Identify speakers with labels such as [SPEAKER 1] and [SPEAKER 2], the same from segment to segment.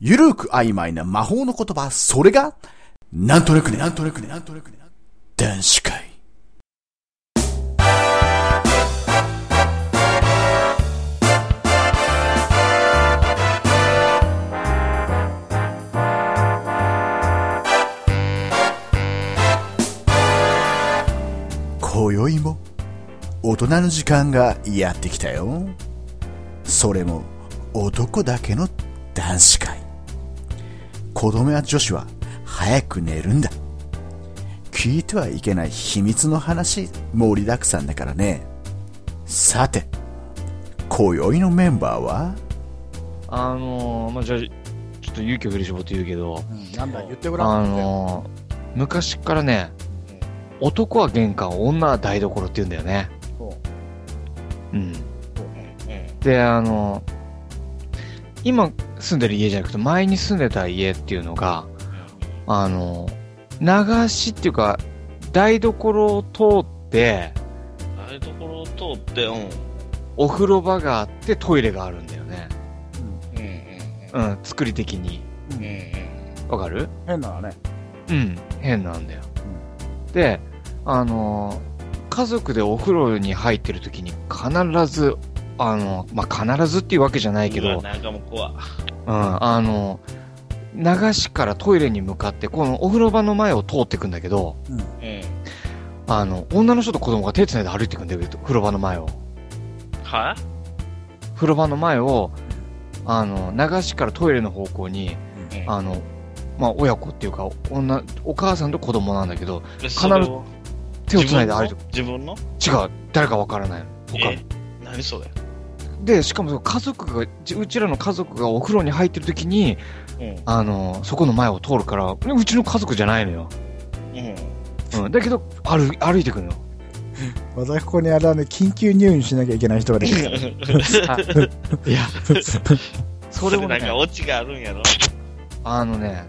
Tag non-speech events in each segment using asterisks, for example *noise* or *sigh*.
[SPEAKER 1] ゆるく曖昧な魔法の言葉、それが、なんとなくね、なんとなくね、なんとなくね、男子会。今宵も、大人の時間がやってきたよ。それも、男だけの男子会。子供や女子は早く寝るんだ聞いてはいけない秘密の話盛りだくさんだからねさて今宵のメンバーは
[SPEAKER 2] あのー、まあ、じゃあ、ちょっと勇気を振り絞って言うけど、
[SPEAKER 3] なんだ言ってごらん。
[SPEAKER 2] あのー、昔からね、男は玄関、女は台所って言うんだよね。。
[SPEAKER 3] そう
[SPEAKER 2] ん。
[SPEAKER 3] うん
[SPEAKER 2] で、あのー、今住んでる家じゃなくて、前に住んでた家っていうのが、あのー、流しっていうか、台所を通って、
[SPEAKER 4] ああいうところを通って、うん。うん
[SPEAKER 2] お風呂場があってトイレがあるんだよね。
[SPEAKER 4] うん
[SPEAKER 2] うん、作り的に。
[SPEAKER 4] うん。うんうん。
[SPEAKER 2] わかる
[SPEAKER 3] 変なのね。
[SPEAKER 2] うん、変なんだよ。で、あのー、家族でお風呂に入ってる時に必ず、あのー、まあ、必ずっていうわけじゃないけ
[SPEAKER 4] うわ
[SPEAKER 2] ど、
[SPEAKER 4] なんかもう怖
[SPEAKER 2] うん、あのー、流しからトイレに向かって、このお風呂場の前を通ってくんだけど、
[SPEAKER 4] うん。
[SPEAKER 2] あの、女の人と子供が手繋いで歩いてくんだよ、風呂場の前を。
[SPEAKER 4] は
[SPEAKER 2] 風呂場の前を、あの、流しからトイレの方向に、あの、まあ、親子っていうか、女、お母さんと子供なんだけど、
[SPEAKER 4] 必
[SPEAKER 2] 必ず手を繋いで歩いて
[SPEAKER 4] 自分の
[SPEAKER 2] 違う、誰かわからないの。他の
[SPEAKER 4] え何それ
[SPEAKER 2] で、しかもその家族が、じうちらの家族がお風呂に入ってる時に、
[SPEAKER 4] うん。
[SPEAKER 2] あの、そこの前を通るから、うちの家族じゃないのよ。
[SPEAKER 4] うん。
[SPEAKER 2] うん。だけど、歩い歩いてくのよ。
[SPEAKER 3] 私ここにあれだね、緊急入院しなきゃいけない人が出てきた。
[SPEAKER 2] いや、そ
[SPEAKER 4] そ
[SPEAKER 2] れ
[SPEAKER 4] れ
[SPEAKER 2] を
[SPEAKER 4] なんか
[SPEAKER 2] ね、
[SPEAKER 4] オチがあるんやろ
[SPEAKER 2] あのね、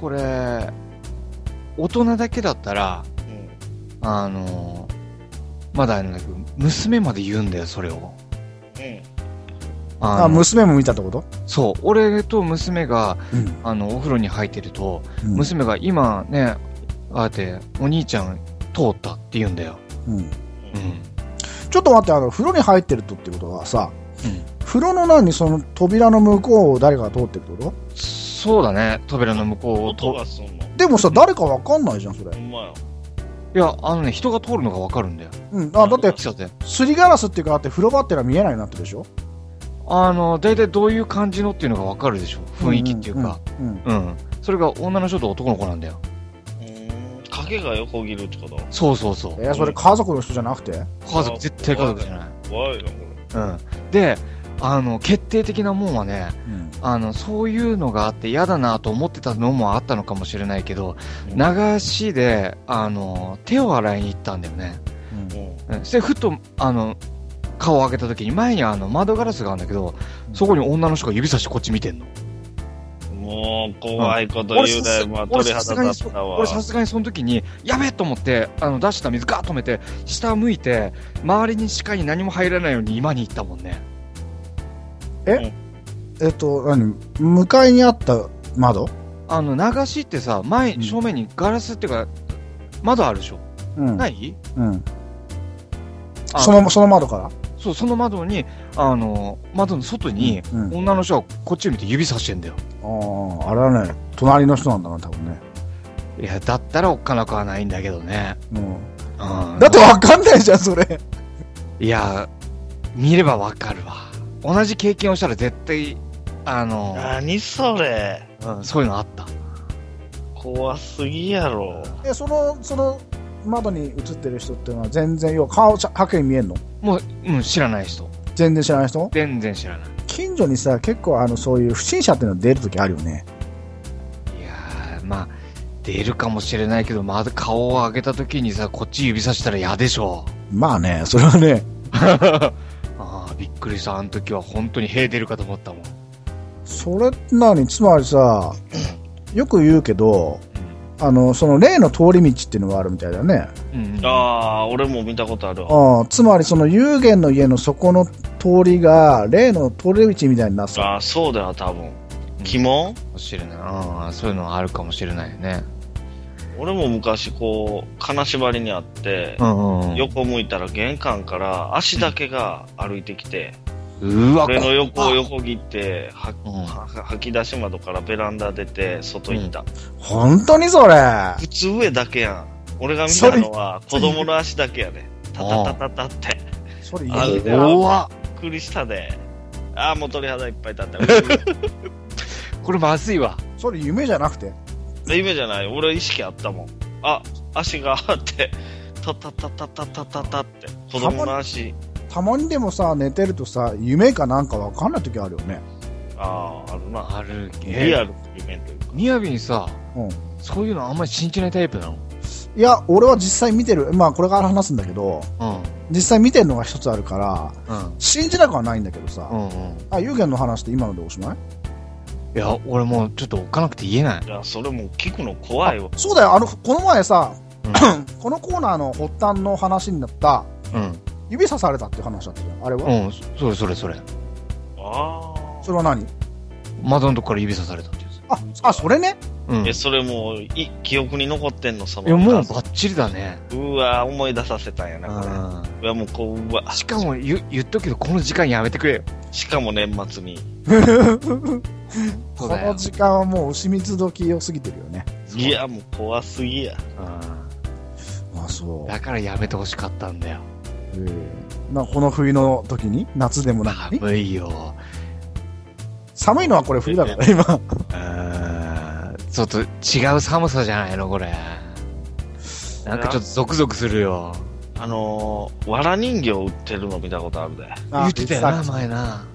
[SPEAKER 2] これ、大人だけだったら、
[SPEAKER 4] うん。
[SPEAKER 2] あの、まだあれなんだけど、娘まで言うんだよ、それを。
[SPEAKER 4] うん。
[SPEAKER 2] あの
[SPEAKER 3] あ、娘も見たってこと
[SPEAKER 2] そう、俺と娘が、
[SPEAKER 3] うん。
[SPEAKER 2] あの、お風呂に入ってると、
[SPEAKER 3] うん
[SPEAKER 2] 娘が今ね、ああやって、お兄ちゃん通ったって言うんだよ。
[SPEAKER 3] うん。
[SPEAKER 2] うん。
[SPEAKER 3] ちょっと待って、あの、風呂に入ってるとってことはさ、
[SPEAKER 2] うん
[SPEAKER 3] 風呂の何、その扉の向こうを誰かが通ってるってこと
[SPEAKER 2] そうだね、扉の向こうを
[SPEAKER 4] 音
[SPEAKER 2] と。
[SPEAKER 4] がすんの。
[SPEAKER 3] でもさ、誰かわかんないじゃん、それ
[SPEAKER 4] ほ。んまよ。
[SPEAKER 2] いや、あのね、人が通るのがわかるんだよ。
[SPEAKER 3] うん。あ、だって、
[SPEAKER 2] ちょっと待って。
[SPEAKER 3] すりガラスっていうか、あって風呂場ってのは見えないようになってるでしょ
[SPEAKER 2] あの、だいたいどういう感じのっていうのがわかるでしょ。雰囲気っていうか。。
[SPEAKER 3] うんうん。
[SPEAKER 2] うんそれが女の人と男の子なんだよ。
[SPEAKER 4] うーん。影が横切るってこと
[SPEAKER 2] そうそうそう
[SPEAKER 3] うん。えー、それ家族の人じゃなくて
[SPEAKER 2] 家族、絶対家族じゃない。
[SPEAKER 4] 怖いな、こ
[SPEAKER 2] う
[SPEAKER 4] れ。
[SPEAKER 2] ん。で、あの、決定的なもんはね、
[SPEAKER 3] うん。
[SPEAKER 2] あの、そういうのがあって嫌だなと思ってたのもあったのかもしれないけど、流しで、あの、手を洗いに行ったんだよね。
[SPEAKER 4] う
[SPEAKER 2] う
[SPEAKER 4] ん。
[SPEAKER 2] んそしてふと、あの、顔を開けた時に前にあの窓ガラスがあるんだけど、そこに女の人が指さしてこっち見てんの。
[SPEAKER 4] もう、怖いこと
[SPEAKER 2] 俺
[SPEAKER 4] 言
[SPEAKER 2] さ
[SPEAKER 4] うなよ。
[SPEAKER 2] す
[SPEAKER 4] まあ、
[SPEAKER 2] 俺
[SPEAKER 4] 鳥
[SPEAKER 2] さすが
[SPEAKER 4] 肌
[SPEAKER 2] に
[SPEAKER 4] 立
[SPEAKER 2] そ
[SPEAKER 4] ったわ。
[SPEAKER 2] 俺さすがにその時に、やべえと思って、あの出した水ガーッと止めて、下向いて、周りに視界に何も入らないように今に行ったもんね。
[SPEAKER 3] えっと、何向かいにあった窓
[SPEAKER 2] あの、流しってさ、前、
[SPEAKER 3] うん
[SPEAKER 2] 正面にガラスっていうか、窓あるでしょ、
[SPEAKER 3] うん。
[SPEAKER 2] ない
[SPEAKER 3] うん。
[SPEAKER 2] あ
[SPEAKER 3] その、その窓から
[SPEAKER 2] そう、その窓に、あの、窓の外に、
[SPEAKER 3] うん。
[SPEAKER 2] 女の人がこっちを見て指さしてんだよ。
[SPEAKER 3] ああ、あれはね、隣の人なんだな、多分ね。
[SPEAKER 2] いや、だったらおっかなくはないんだけどね。
[SPEAKER 3] うん。
[SPEAKER 2] うん。
[SPEAKER 3] だってわかんないじゃん、それ。
[SPEAKER 2] いや、見ればわかるわ。同じ経験をしたら絶対、あの、
[SPEAKER 4] 何それ
[SPEAKER 2] うんそういうのあった。
[SPEAKER 4] 怖すぎやろ。
[SPEAKER 3] え、その、その、窓に映ってる人っていうのは全然、要は顔ちゃはっきり見えんの
[SPEAKER 2] もう、うん、知らない人。
[SPEAKER 3] 全然知らない人
[SPEAKER 2] 全然知らない。
[SPEAKER 3] 近所にさ、結構あの、そういう不審者っていうの出るときあるよね。
[SPEAKER 2] いやー、まあ、出るかもしれないけど、まず顔を上げた時にさ、こっち指さしたら嫌でしょ。
[SPEAKER 3] まあね、それはね、
[SPEAKER 2] ああ、びっくりした。あの時は本当に塀出るかと思ったもん。
[SPEAKER 3] それなに、つまりさ、よく言うけど、あの、その例の通り道っていうのがあるみたいだよね。
[SPEAKER 2] うん。うん、
[SPEAKER 4] ああ、俺も見たことあるわ。
[SPEAKER 3] ああ、つまりその幽玄の家の底の通りが、例の通り道みたいになってた。
[SPEAKER 4] ああ、そうだよ、多分。肝
[SPEAKER 2] かもしれない。ああ、そういうのはあるかもしれないよね。
[SPEAKER 4] 俺も昔こう、金縛りにあって
[SPEAKER 2] う、んうんうん。
[SPEAKER 4] 横向いたら玄関から足だけが歩いてきて、
[SPEAKER 2] うわ、
[SPEAKER 4] 俺の横を
[SPEAKER 2] 怖っ
[SPEAKER 4] 横切って、は
[SPEAKER 2] うん
[SPEAKER 4] は吐き出し窓からベランダ出て、外行った。
[SPEAKER 3] 本当にそれ。
[SPEAKER 4] 普通上だけやん。俺が見たのは子供の足だけ
[SPEAKER 2] *laughs*
[SPEAKER 4] やね。タタタタタって。
[SPEAKER 3] それ
[SPEAKER 4] あ
[SPEAKER 3] 家
[SPEAKER 4] れ
[SPEAKER 3] で。
[SPEAKER 4] だよ
[SPEAKER 2] 怖っ
[SPEAKER 4] びっくりしたで。ああ、もう鳥肌いっぱい
[SPEAKER 2] *laughs*
[SPEAKER 4] 立ってる。
[SPEAKER 2] これまずいわ。
[SPEAKER 3] それ夢じゃなくて。
[SPEAKER 4] 夢じゃない。俺意識あったもん。あ、足があって。タタタタタタタタって。子供の足。
[SPEAKER 3] たまにでもさ、寝てるとさ、夢かなんかわかんない時あるよね。
[SPEAKER 4] ああ、あるな。
[SPEAKER 2] ある
[SPEAKER 4] リアルな夢というか。
[SPEAKER 2] みやびにさ、
[SPEAKER 3] うん。
[SPEAKER 2] そういうのあんまり信じないタイプなの
[SPEAKER 3] いや、俺は実際見てる。まあ、これから話すんだけど、
[SPEAKER 2] うん。
[SPEAKER 3] 実際見てるのが一つあるから、
[SPEAKER 2] うん。
[SPEAKER 3] 信じなくはないんだけどさ。
[SPEAKER 2] うんうん。
[SPEAKER 3] あ、ゆうげんの話って今のでおしまい
[SPEAKER 2] いや、俺もうちょっとおっかなくて言えない。
[SPEAKER 4] いや、それもう聞くの怖いわ。
[SPEAKER 3] そうだよ、あの、この前さ、 *clears throat* このコーナーの発端の話になった、
[SPEAKER 2] うん。
[SPEAKER 3] 指さされたっていう話だったじゃん。あれは、
[SPEAKER 2] うん、それそれそれ。
[SPEAKER 4] あ
[SPEAKER 3] それは何
[SPEAKER 2] 窓のとこから指さされたってやつ。
[SPEAKER 3] あ、あ、それね。
[SPEAKER 2] う
[SPEAKER 4] あ。
[SPEAKER 2] ん。
[SPEAKER 4] え、
[SPEAKER 2] い
[SPEAKER 4] それもう、い、記憶に残ってんの、その。
[SPEAKER 2] や、もうバッチリだね。
[SPEAKER 4] うわ思い出させたんや
[SPEAKER 2] う
[SPEAKER 4] な、これ。
[SPEAKER 2] ん。
[SPEAKER 4] いや、もうこう、うわ
[SPEAKER 2] しかも言言っとくけど、この時間やめてくれよ。
[SPEAKER 4] しかも年末に。
[SPEAKER 2] そ
[SPEAKER 3] こ
[SPEAKER 2] うだよ
[SPEAKER 3] の時間はもう牛蜜時を過ぎてるよね。
[SPEAKER 4] いや、もう怖すぎや。
[SPEAKER 2] う
[SPEAKER 3] あ、そ
[SPEAKER 2] ん。
[SPEAKER 3] う。
[SPEAKER 2] だからやめてほしかったんだよ。
[SPEAKER 3] えーまあ、この冬の時に夏でもなくに
[SPEAKER 2] 寒いよ。
[SPEAKER 3] 寒いのはこれ冬だから、今。
[SPEAKER 2] うん。ちょっと違う寒さじゃないの、これ。なんかちょっとゾクゾクするよ。
[SPEAKER 4] あのー、わら人形売ってるの見たことあるで。
[SPEAKER 2] 言ってたよな、
[SPEAKER 3] あ
[SPEAKER 2] 前な。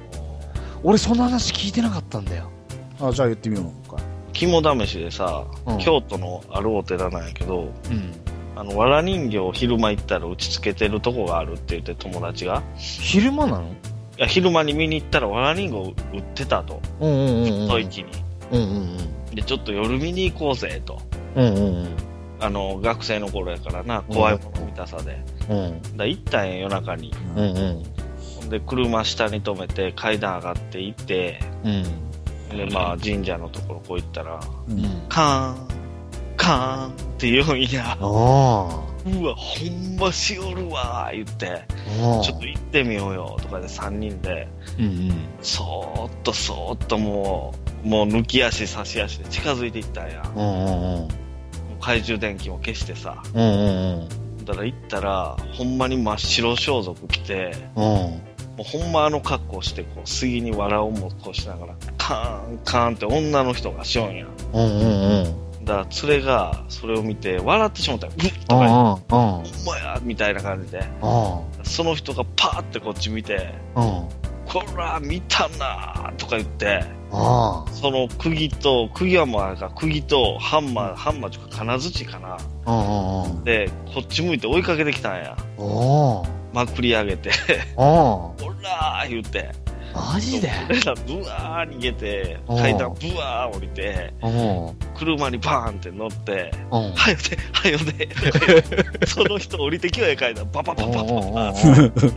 [SPEAKER 2] 俺そんな話聞いてなかったんだよ。
[SPEAKER 3] あ、じゃあ言ってみようか。
[SPEAKER 4] 肝試しでさ、
[SPEAKER 2] うん
[SPEAKER 4] 京都のあるお寺なんやけど、
[SPEAKER 2] うん。
[SPEAKER 4] あの、わら人形を昼間行ったら打ち付けてるとこがあるって言って友達が、
[SPEAKER 2] 昼間なの
[SPEAKER 4] いや昼間に見に行ったらわら人形売ってたと、
[SPEAKER 2] うんうんうんうん。
[SPEAKER 4] 一息に。
[SPEAKER 2] うんうん
[SPEAKER 4] で、ちょっと夜見に行こうぜと。
[SPEAKER 2] うん。うんうん
[SPEAKER 4] あの、学生の頃やからな、怖いもの見たさで。
[SPEAKER 2] うん。うん
[SPEAKER 4] だから行ったんや、夜中に。
[SPEAKER 2] うんうん。
[SPEAKER 4] ほんで、車下に止めて階段上がって行って、
[SPEAKER 2] うん。
[SPEAKER 4] で、まあ、神社のところこう行ったら、
[SPEAKER 3] う。
[SPEAKER 2] うんん。
[SPEAKER 4] カーン、カーンって言うんや。
[SPEAKER 2] あ
[SPEAKER 4] うわ、ほんましおるわ、言って、
[SPEAKER 2] あ。
[SPEAKER 4] ちょっと行ってみようよ、とかで3人で、
[SPEAKER 2] うんうん。
[SPEAKER 4] そーっとそーっともう、もう抜き足差し足で近づいていったんや。も
[SPEAKER 2] うんうんうん。
[SPEAKER 4] う懐中電灯を消してさ。
[SPEAKER 2] うんうん
[SPEAKER 4] だから行ったら、ほんまに真っ白装束着て、
[SPEAKER 2] うん。うん。
[SPEAKER 4] もうほんまあの格好して、こう、杉に藁をもこうしながら、カーン、カーンって女の人がしよんや。
[SPEAKER 2] うんうんうん。
[SPEAKER 4] だから連れがそれを見て笑ってしまったよ。うっと
[SPEAKER 2] うんう
[SPEAKER 4] か
[SPEAKER 2] んうん。
[SPEAKER 4] 言って、ほんまやみたいな感じで。その人がパーってこっち見て、
[SPEAKER 2] うん。
[SPEAKER 4] こら、見たなーとか言って、
[SPEAKER 2] あ
[SPEAKER 4] その釘と、釘はもうあれか、釘とハンマー、ハンマーというか金槌かな。
[SPEAKER 2] あ。うんうんうん。
[SPEAKER 4] で、こっち向いて追いかけてきたんや。
[SPEAKER 2] お
[SPEAKER 4] まくり上げて、 *laughs*
[SPEAKER 2] お。
[SPEAKER 4] こらー言って。
[SPEAKER 2] マジで
[SPEAKER 4] 俺らブワー逃げて、
[SPEAKER 2] うん
[SPEAKER 4] 階段ブワー降りて、
[SPEAKER 2] うん。
[SPEAKER 4] 車にバーンって乗って、
[SPEAKER 2] うん。
[SPEAKER 4] はよで、はよで、その人降りてきよや階段、バパパパパパ。ほ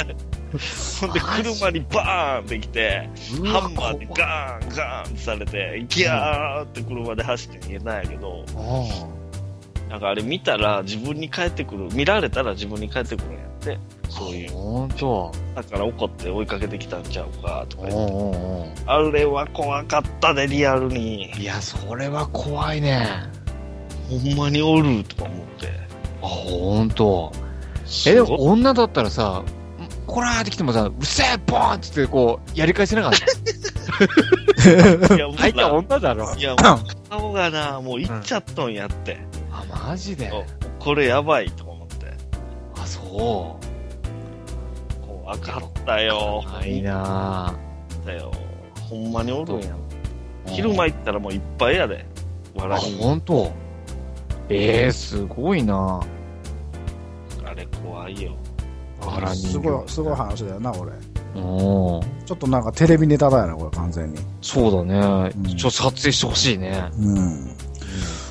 [SPEAKER 4] んで車にバーンって来て、ハンマーでガーンガーンってされて、ギャーって車で走って逃げたんやけど、なんかあれ見たら自分に返ってくる、見られたら自分に返ってくるんやって、そういう。
[SPEAKER 2] ほんと。
[SPEAKER 4] だから怒って追いかけてきたんちゃうか、と
[SPEAKER 2] う
[SPEAKER 4] か
[SPEAKER 2] ん
[SPEAKER 4] 言って。
[SPEAKER 2] うんうん。
[SPEAKER 4] あれは怖かったね、リアルに。
[SPEAKER 2] いや、それは怖いね。
[SPEAKER 4] ほんまにおるとか思って。
[SPEAKER 2] あ、ほんと。え、
[SPEAKER 4] す
[SPEAKER 2] で
[SPEAKER 4] ご
[SPEAKER 2] も女だったらさ、んこらーって来てもさ、うっせえボーンって言ってこう、やり返せなかった。
[SPEAKER 4] いや、もう
[SPEAKER 2] 入った女だろ。
[SPEAKER 4] いや、もう顔がな、もういっちゃっとんやって。
[SPEAKER 2] あ、マジで。
[SPEAKER 4] おこれやばいとか思って。
[SPEAKER 2] あ、そ
[SPEAKER 4] 怖かった
[SPEAKER 2] う。
[SPEAKER 4] よ。
[SPEAKER 2] ないなぁ。
[SPEAKER 4] だよ。ほんまにおるんや。
[SPEAKER 2] うん
[SPEAKER 4] 昼間行ったらもういっぱいやで。
[SPEAKER 2] あ、
[SPEAKER 4] 笑いに。
[SPEAKER 2] ほんと。ええー、すごいなぁ。
[SPEAKER 4] あれ怖いよ。
[SPEAKER 2] わら人形
[SPEAKER 3] すごい、すごい話だよな、これ。
[SPEAKER 2] うん。
[SPEAKER 3] ちょっとなんかテレビネタだよな、これ、完全に。
[SPEAKER 2] そうだね
[SPEAKER 3] うん。
[SPEAKER 2] ちょっと撮影してほしいね。
[SPEAKER 3] うん。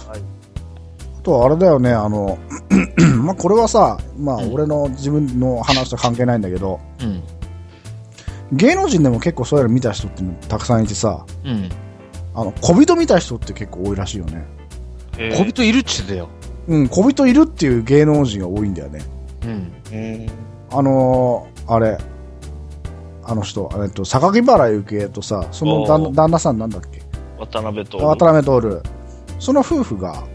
[SPEAKER 3] あとはあれだよね、あの、 *clears throat* まあこれはさ、まあ
[SPEAKER 2] うん
[SPEAKER 3] 俺の自分の話と関係ないんだけど、
[SPEAKER 2] うん。
[SPEAKER 3] 芸能人でも結構そういうの見た人ってたくさんいてさ、
[SPEAKER 2] うん。
[SPEAKER 3] あの、小人見た人って結構多いらしいよね。
[SPEAKER 4] え
[SPEAKER 2] 小人いるっちゅうだよ。
[SPEAKER 3] うん、小人いるっていう芸能人が多いんだよね。
[SPEAKER 2] うん。
[SPEAKER 4] え
[SPEAKER 3] あのー、あれ、あの人、えっと、榊原幸恵とさ、その
[SPEAKER 4] お
[SPEAKER 3] 旦
[SPEAKER 4] ー
[SPEAKER 3] 旦那さんなんだっけ
[SPEAKER 4] 渡辺と。
[SPEAKER 3] 渡辺徹。その夫婦が、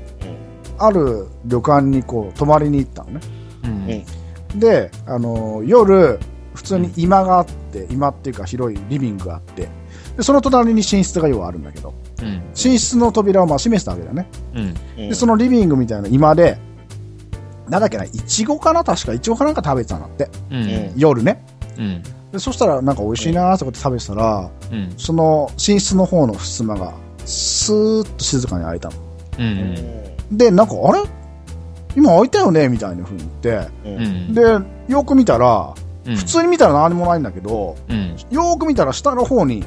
[SPEAKER 3] ある旅館にこう、泊まりに行ったのね。
[SPEAKER 2] うん。
[SPEAKER 3] で、あのー夜、普通に居間があって、居間っていうか広いリビングがあって、でその隣に寝室が要はあるんだけど、
[SPEAKER 2] うん。
[SPEAKER 3] 寝室の扉をまあ閉めてたわけだよね。
[SPEAKER 2] うん。
[SPEAKER 4] うん
[SPEAKER 3] で、そのリビングみたいな今で、なんだっけな、いちごかな確か、いちごかなんか食べてたんだって。
[SPEAKER 2] うん。
[SPEAKER 3] 夜ね。
[SPEAKER 2] うん。
[SPEAKER 3] で、そしたらなんか美味しいなーとかって食べてたら、
[SPEAKER 2] うん。
[SPEAKER 3] その寝室の方の襖が、スーッと静かに開いたの。
[SPEAKER 2] う。
[SPEAKER 4] うんん。
[SPEAKER 3] で、なんか、あれ今開いたよねみたいな風に言って。
[SPEAKER 4] う。
[SPEAKER 2] うんん。
[SPEAKER 3] で、よく見たら、
[SPEAKER 2] うん、
[SPEAKER 3] 普通に見たら何もないんだけど、
[SPEAKER 2] うん。
[SPEAKER 3] よーく見たら下の方に、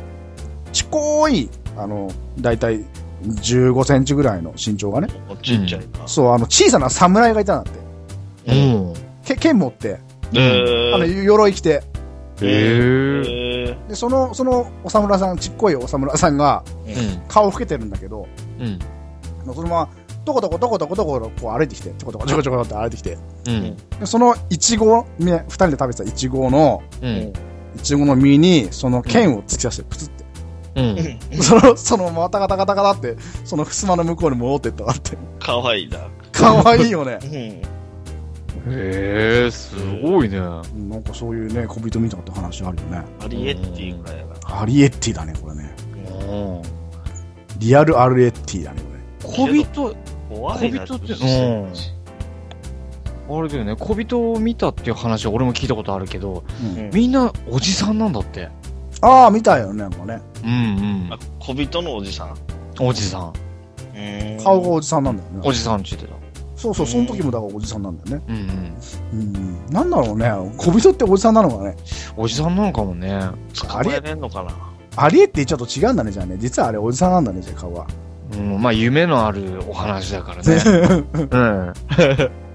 [SPEAKER 3] ちっこい、あの、だいたい15センチぐらいの身長がね、
[SPEAKER 4] ちっちゃいな。
[SPEAKER 3] そう、あの、小さな侍がいたんだって。
[SPEAKER 2] うん。
[SPEAKER 3] け剣持って、あの
[SPEAKER 4] え
[SPEAKER 3] 鎧着て
[SPEAKER 2] へえ。
[SPEAKER 4] え
[SPEAKER 3] でそのそのお侍さんちっこいお侍さんが
[SPEAKER 2] うん。
[SPEAKER 3] 顔を老けてるんだけど
[SPEAKER 2] うん。
[SPEAKER 3] あのそのままどこどこどこどこどこどこ歩いてきてちょこちょこちょこちょこって歩いてきて
[SPEAKER 2] うん。
[SPEAKER 3] でそのいちご2人で食べてたいちごの
[SPEAKER 2] うん。
[SPEAKER 3] いちごの実にその剣を突き刺してプツって、
[SPEAKER 2] うん。
[SPEAKER 3] そのそのままタカタカタカタってその襖の向こうに戻ってったわって
[SPEAKER 4] かわいいな。
[SPEAKER 3] かわいいよね
[SPEAKER 4] うん。
[SPEAKER 2] へえ、すごいね。
[SPEAKER 3] うんなんかそういうね小人みたいなって話あるよね
[SPEAKER 4] アリエッティぐらいやな。
[SPEAKER 3] アリエッティだねこれね
[SPEAKER 2] うん。
[SPEAKER 3] リアルアリエッティだねこれ
[SPEAKER 2] 小人、
[SPEAKER 4] 怖いな。
[SPEAKER 2] 小人ってうんあれだよね、小人を見たっていう話は俺も聞いたことあるけど、
[SPEAKER 4] うん
[SPEAKER 2] みんなおじさんなんだって。
[SPEAKER 3] ああ見たよねなんかね
[SPEAKER 2] うん
[SPEAKER 4] あ小人のおじさん
[SPEAKER 2] うん。おじさん。
[SPEAKER 3] 顔がおじさんなんだよね
[SPEAKER 2] おじさんって言ってた。
[SPEAKER 3] そうそう、その時もだからおじさんなんだよね。
[SPEAKER 2] うんうん。
[SPEAKER 3] うん。なんだろうね。小人っておじさんなのかね。
[SPEAKER 2] おじさんなのかもね。
[SPEAKER 4] 捕まえれんのかな
[SPEAKER 3] ありえって言っちゃうと違うんだね、じゃあね。実はあれおじさんなんだね、じゃあ顔は。
[SPEAKER 2] うん、まあ夢のあるお話だからね。うん。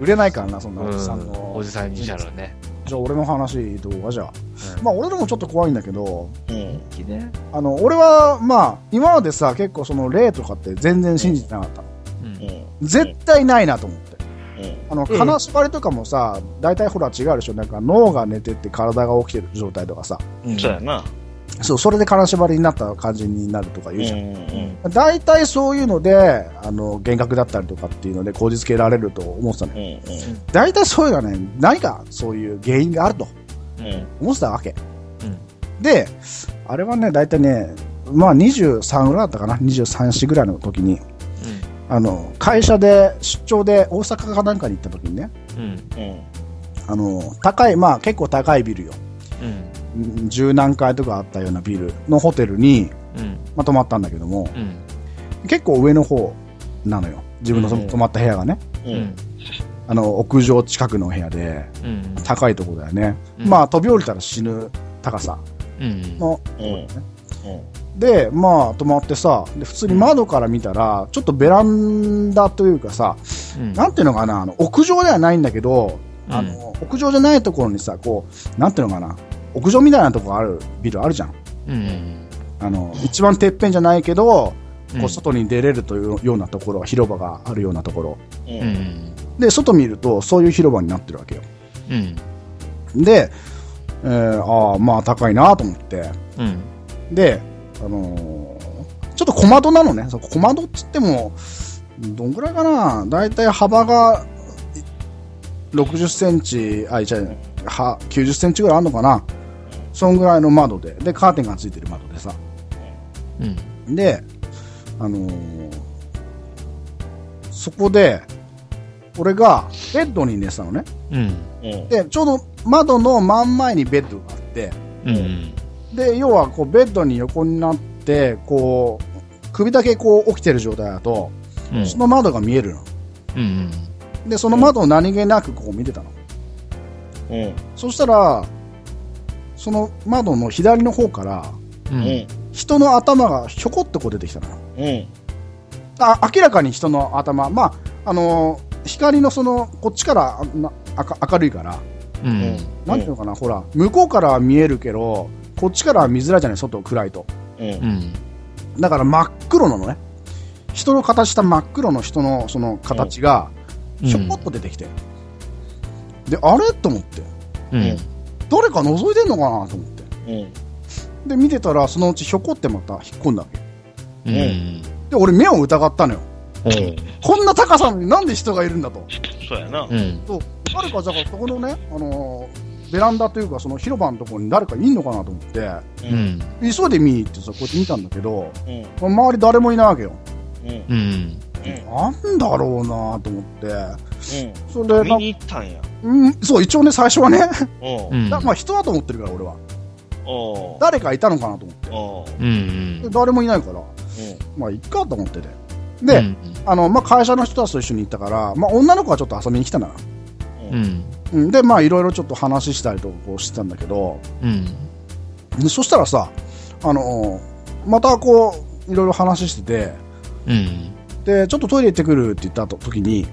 [SPEAKER 3] 売れないからな、そんな
[SPEAKER 2] う
[SPEAKER 3] おじさん
[SPEAKER 2] ん、
[SPEAKER 3] の。
[SPEAKER 2] おじさんにしたらね。
[SPEAKER 3] じゃあ俺の話、動画じゃ。
[SPEAKER 2] うん
[SPEAKER 3] まあ俺のもちょっと怖いんだけど、
[SPEAKER 4] うん。
[SPEAKER 2] いいね。
[SPEAKER 3] あの、俺は、まあ、今までさ、結構その霊とかって全然信じてなかったの。
[SPEAKER 2] うん
[SPEAKER 4] うん。
[SPEAKER 3] 絶対ないなと思って。
[SPEAKER 4] うん。
[SPEAKER 3] あの、金縛りとかもさ、大体ほら違うでしょ。なんか脳が寝てって体が起きてる状態とかさ。
[SPEAKER 2] うん
[SPEAKER 4] そうやな。
[SPEAKER 3] そう、それで金縛りになった感じになるとか言うじゃん
[SPEAKER 4] うん。
[SPEAKER 3] 大体そういうので、あの、幻覚だったりとかっていうので、こじつけられると思ってたね。
[SPEAKER 4] うん。
[SPEAKER 3] 大体そういうのはね、何かそういう原因があると
[SPEAKER 4] うん。
[SPEAKER 3] 思ってたわけ。
[SPEAKER 2] うん
[SPEAKER 3] で、あれはね、大体ね、まあ23ぐらいだったかな、23、4ぐらいの時に、あの、会社で出張で大阪かなんかに行った時にね、
[SPEAKER 2] うん。
[SPEAKER 4] うん。
[SPEAKER 3] あの、高い、まあ結構高いビルよ。
[SPEAKER 2] うん。
[SPEAKER 3] うん十何階とかあったようなビルのホテルに、
[SPEAKER 2] うん。
[SPEAKER 3] まあ、泊まったんだけども、
[SPEAKER 2] うん。
[SPEAKER 3] 結構上の方なのよ。自分のその泊まった部屋がね。
[SPEAKER 4] う
[SPEAKER 2] うん
[SPEAKER 4] ん。。
[SPEAKER 3] あの、屋上近くの部屋で、
[SPEAKER 2] うん。
[SPEAKER 3] 高いところだよね。
[SPEAKER 2] うん
[SPEAKER 3] まあ、飛び降りたら死ぬ高さ
[SPEAKER 2] うん。
[SPEAKER 3] の。
[SPEAKER 4] うん。
[SPEAKER 3] で、まあ、止まってさ、で普通に窓から見たら、ちょっとベランダというかさ、
[SPEAKER 2] うん
[SPEAKER 3] なんていうのかな、あの、屋上ではないんだけど、あの、屋上じゃないところにさ、こう、なんていうのかな、屋上みたいなところあるビルあるじゃん。
[SPEAKER 2] うん。
[SPEAKER 3] あの、一番てっぺんじゃないけど、
[SPEAKER 2] うん
[SPEAKER 3] こう、外に出れるというようなところ、広場があるようなところ。
[SPEAKER 4] うん。
[SPEAKER 2] う
[SPEAKER 4] うん。
[SPEAKER 2] ん。
[SPEAKER 3] で、外見ると、そういう広場になってるわけよ。
[SPEAKER 2] うん。
[SPEAKER 3] で、えーああ、まあ高いなと思って。
[SPEAKER 2] うん。
[SPEAKER 3] で、あのーちょっと小窓なのね。その小窓っつっても、どんぐらいかなだいたい幅がい60センチ、あ、いちゃうは90センチぐらいあるのかなそんぐらいの窓で。で、カーテンがついてる窓でさ。
[SPEAKER 2] うん。
[SPEAKER 3] で、あのーそこで、俺がベッドに寝てたのね。
[SPEAKER 2] うん。
[SPEAKER 4] うん。
[SPEAKER 3] で、ちょうど窓の真ん前にベッドがあって、
[SPEAKER 2] うん。
[SPEAKER 3] で要はこうベッドに横になってこう首だけこう起きてる状態だと
[SPEAKER 2] うん。
[SPEAKER 3] その窓が見えるの
[SPEAKER 2] うん。
[SPEAKER 3] でその窓を何気なくこう見てたの
[SPEAKER 4] うん。
[SPEAKER 3] そしたらその窓の左の方から
[SPEAKER 2] う。
[SPEAKER 4] うんん。
[SPEAKER 3] 人の頭がひょこっとこう出てきたのよ
[SPEAKER 4] うん。
[SPEAKER 3] あ明らかに人の頭まああのー光のそのこっちからあな明明るいから
[SPEAKER 2] うん。
[SPEAKER 3] なんていうのかな、ほら向こうからは見えるけどこっちからは見づらいじゃない外暗いと
[SPEAKER 4] うん。
[SPEAKER 2] うん。
[SPEAKER 3] だから真っ黒なのね。人の形した真っ黒の人のその形が、
[SPEAKER 2] うん
[SPEAKER 3] ひょこっと出てきて。で、あれと思って。
[SPEAKER 2] うん。
[SPEAKER 3] 誰か覗いてんのかなと思って。
[SPEAKER 4] うん。
[SPEAKER 3] で、見てたら、そのうちひょこってまた引っ込んだわけ。
[SPEAKER 2] うん。うん。
[SPEAKER 3] で、俺目を疑ったのよ。
[SPEAKER 2] うん。
[SPEAKER 3] こんな高さになんで人がいるんだと。
[SPEAKER 4] そうやな。
[SPEAKER 2] うん。
[SPEAKER 3] そう誰か、だからそこのね、あのーベランダというか、その広場のところに誰かいんのかなと思って、
[SPEAKER 2] うん。
[SPEAKER 3] 急いで見に行ってさ、こうやって見たんだけど、
[SPEAKER 4] うん。
[SPEAKER 3] 周り誰もいないわけよ。
[SPEAKER 4] うん。
[SPEAKER 2] うん。
[SPEAKER 4] うん。
[SPEAKER 3] なんだろうなと思って、それで
[SPEAKER 4] うん。
[SPEAKER 3] な
[SPEAKER 4] 見
[SPEAKER 3] んか、
[SPEAKER 4] に行ったんや。
[SPEAKER 3] うん、そう、一応ね、最初はね、
[SPEAKER 4] お
[SPEAKER 2] う。
[SPEAKER 4] うん
[SPEAKER 3] *laughs* まあ人だと思ってるから、俺は。
[SPEAKER 4] おう
[SPEAKER 3] 誰かいたのかなと思って。
[SPEAKER 4] おう
[SPEAKER 2] うん
[SPEAKER 3] で。誰もいないから、
[SPEAKER 4] う。
[SPEAKER 3] まあ、いっかと思ってて。
[SPEAKER 2] う
[SPEAKER 3] で、
[SPEAKER 2] ん。
[SPEAKER 3] あの、まあ、会社の人たちと一緒に行ったから、まあ、女の子はちょっと遊びに来たな。
[SPEAKER 2] うんん。
[SPEAKER 3] うん、で、まあ、いろいろちょっと話したりとかこうしてたんだけど、
[SPEAKER 2] うん。
[SPEAKER 3] でそしたらさ、あのーまたこう、いろいろ話してて、
[SPEAKER 2] うん。
[SPEAKER 3] で、ちょっとトイレ行ってくるって言ったと時に、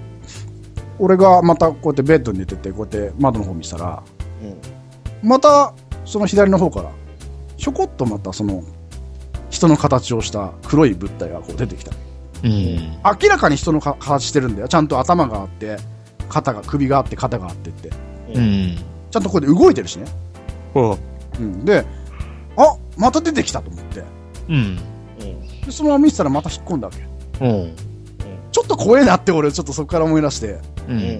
[SPEAKER 3] 俺がまたこうやってベッドに寝てて、こうやって窓の方見したら、
[SPEAKER 4] うん。
[SPEAKER 3] またその左の方から、ひょこっとまたその、人の形をした黒い物体がこう出てきた。
[SPEAKER 2] うん。
[SPEAKER 3] 明らかに人のか形してるんだよ。ちゃんと頭があって、肩が、首があって、肩があってって。ち
[SPEAKER 2] うん。
[SPEAKER 3] ゃんとこうやって動いてるしね。
[SPEAKER 2] ほ
[SPEAKER 3] うん。で、あまた出てきたと思って。
[SPEAKER 2] う。うん。
[SPEAKER 4] うん。
[SPEAKER 3] で、そのまま見てたらまた引っ込んだわけ。
[SPEAKER 2] ほ
[SPEAKER 3] ちょっと怖えなって俺、ちょっとそこから思い出して、
[SPEAKER 2] う。う
[SPEAKER 4] うんん。。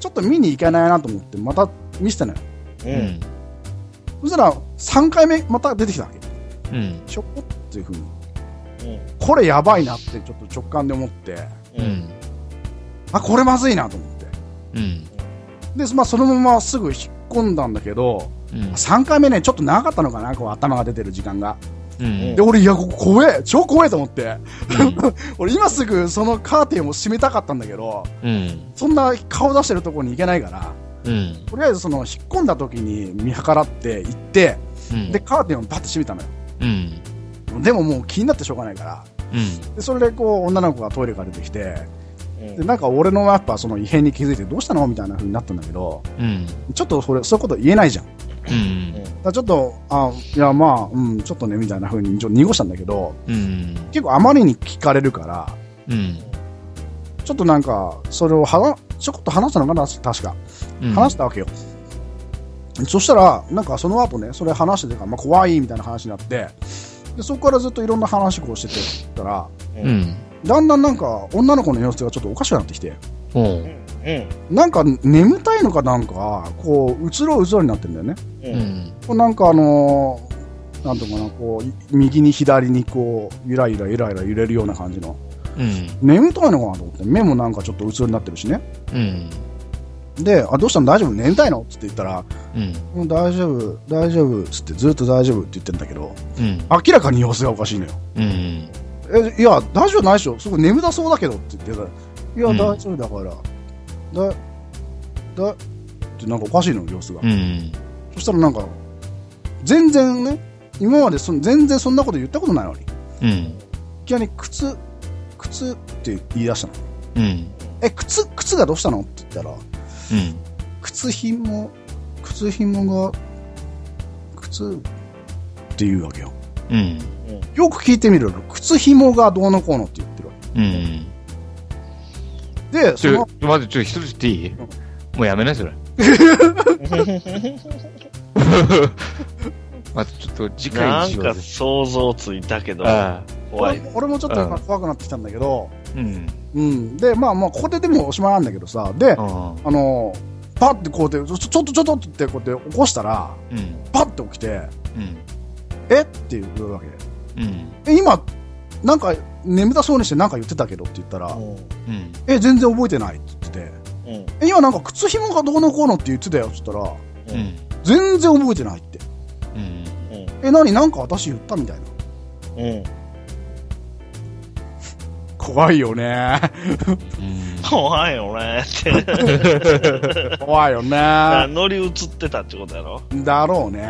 [SPEAKER 3] ちょっと見に行かないなと思って、また見せたのよ。
[SPEAKER 4] う。
[SPEAKER 2] うんん。
[SPEAKER 3] そしたら、3回目、また出てきたわけ。
[SPEAKER 2] うん。
[SPEAKER 3] ひょこっていうふうに。
[SPEAKER 4] うん。
[SPEAKER 3] これやばいなって、ちょっと直感で思って、
[SPEAKER 4] うん。
[SPEAKER 3] あ、これまずいなと思って。
[SPEAKER 2] うん。
[SPEAKER 3] で、まあ、そのまますぐ引っ込んだんだけど、
[SPEAKER 2] うん。
[SPEAKER 3] 3回目ね、ちょっと長かったのかな、こう頭が出てる時間が。
[SPEAKER 2] うん
[SPEAKER 3] で、。俺、いや、ここ怖え、超怖えと思って。
[SPEAKER 2] うん。
[SPEAKER 3] 俺、今すぐそのカーテンを閉めたかったんだけど、
[SPEAKER 2] うん。
[SPEAKER 3] そんな顔出してるところに行けないから、
[SPEAKER 2] うん。
[SPEAKER 3] とりあえずその引っ込んだ時に見計らって行って、
[SPEAKER 2] うん。
[SPEAKER 3] で、カーテンをバッて閉めたのよ。
[SPEAKER 2] うん。
[SPEAKER 3] でももう気になってしょうがないから。
[SPEAKER 2] うん。
[SPEAKER 3] で、それでこう、女の子がトイレから出てきて、
[SPEAKER 4] うん
[SPEAKER 3] で、なんか俺のやっぱその異変に気づいて、どうしたのみたいな風になったんだけど、
[SPEAKER 2] うん。
[SPEAKER 3] ちょっとそれ、そういうこと言えないじゃん。だか
[SPEAKER 2] うん。
[SPEAKER 3] らちょっと、あ、いや、まあ、うん、ちょっとね、みたいな風にちょっと濁したんだけど、
[SPEAKER 2] うん。
[SPEAKER 3] 結構あまりに聞かれるから、
[SPEAKER 2] うん。
[SPEAKER 3] ちょっとなんか、それをはな、ちょこっと話したのかな確か。
[SPEAKER 2] うん。
[SPEAKER 3] 話したわけよ。そしたら、なんかその後ね、それ話してて、まあ、怖いみたいな話になって、でそこからずっといろんな話こうしててたら、
[SPEAKER 2] うん。
[SPEAKER 3] だんだんなんか女の子の様子がちょっとおかしくなってきて、
[SPEAKER 2] ほう。
[SPEAKER 4] うん。
[SPEAKER 3] なんか眠たいのかなんか、こう、うつろうつろになってんだよね。
[SPEAKER 4] う。
[SPEAKER 2] うんん。
[SPEAKER 3] こうなんかあのーなんとかな、こう、い右に左にこう、ゆらゆらゆらゆら揺れるような感じの。
[SPEAKER 2] うん。
[SPEAKER 3] 眠たいのかなと思って、目もなんかちょっとうつろになってるしね。
[SPEAKER 2] うん。
[SPEAKER 3] で、あ、どうしたの大丈夫眠たいのつって言ったら、
[SPEAKER 2] うん。
[SPEAKER 3] うん、大丈夫、大丈夫、つってずっと大丈夫って言ってんだけど、
[SPEAKER 2] うん。
[SPEAKER 3] 明らかに様子がおかしいのよ。
[SPEAKER 2] うん。
[SPEAKER 3] え、いや、大丈夫ないでしょ。すごい眠たそうだけどって言ってたいや、
[SPEAKER 2] うん
[SPEAKER 3] 大丈夫だから。だ、だ、ってなんかおかしいのよ、様子が。
[SPEAKER 2] うん。
[SPEAKER 3] そしたらなんか、全然ね、今までそん全然そんなこと言ったことないのに、い
[SPEAKER 2] うん。
[SPEAKER 3] きなり靴、靴って言い出したの。
[SPEAKER 2] うん。
[SPEAKER 3] え、靴、靴がどうしたのって言ったら、
[SPEAKER 2] うん。
[SPEAKER 3] 靴ひも、靴ひもが、靴って言うわけよ。
[SPEAKER 2] うん。
[SPEAKER 3] よく聞いてみると、靴ひもがどうのこうのって言ってるわ
[SPEAKER 2] うん。
[SPEAKER 3] け。で、そ
[SPEAKER 2] ちょ
[SPEAKER 3] の、、
[SPEAKER 2] 待って、ちょ、一人言っていい
[SPEAKER 3] ん
[SPEAKER 2] もうやめないそれ。待って、ちょっと次回
[SPEAKER 4] な
[SPEAKER 2] に
[SPEAKER 4] ん
[SPEAKER 2] しよ
[SPEAKER 4] か
[SPEAKER 2] うぜ。
[SPEAKER 4] 想像ついたけど、
[SPEAKER 2] ああ。
[SPEAKER 4] 怖
[SPEAKER 3] 俺
[SPEAKER 4] い。
[SPEAKER 3] も俺もちょっと今怖くなってきたんだけど、
[SPEAKER 2] うん。
[SPEAKER 3] うん。で、まあまあ、ここででもおしまいなんだけどさ、で、
[SPEAKER 2] あ
[SPEAKER 3] あの、パッてこうやって、ちょちょっとちょっとってこうやって起こしたら、
[SPEAKER 2] あ。うん。
[SPEAKER 3] パッて起きて、
[SPEAKER 2] うん。
[SPEAKER 3] えっていうわけ
[SPEAKER 2] うん。
[SPEAKER 3] え、今、なんか眠たそうにしてなんか言ってたけどって言ったら、
[SPEAKER 2] うん。
[SPEAKER 3] え、全然覚えてないって言ってて、
[SPEAKER 4] うん。
[SPEAKER 3] え、今なんか靴紐がどうのこうのって言ってたよって言ったら、
[SPEAKER 2] うん。うん。
[SPEAKER 3] 全然覚えてないって。
[SPEAKER 2] うん。
[SPEAKER 4] うん。
[SPEAKER 3] え、何なんか私言ったみたいな。
[SPEAKER 4] うん。
[SPEAKER 3] 怖いよね。
[SPEAKER 4] 怖いよねって。
[SPEAKER 3] 怖 *laughs* いよね。
[SPEAKER 4] 乗り移ってたってことやろ
[SPEAKER 3] だろうね。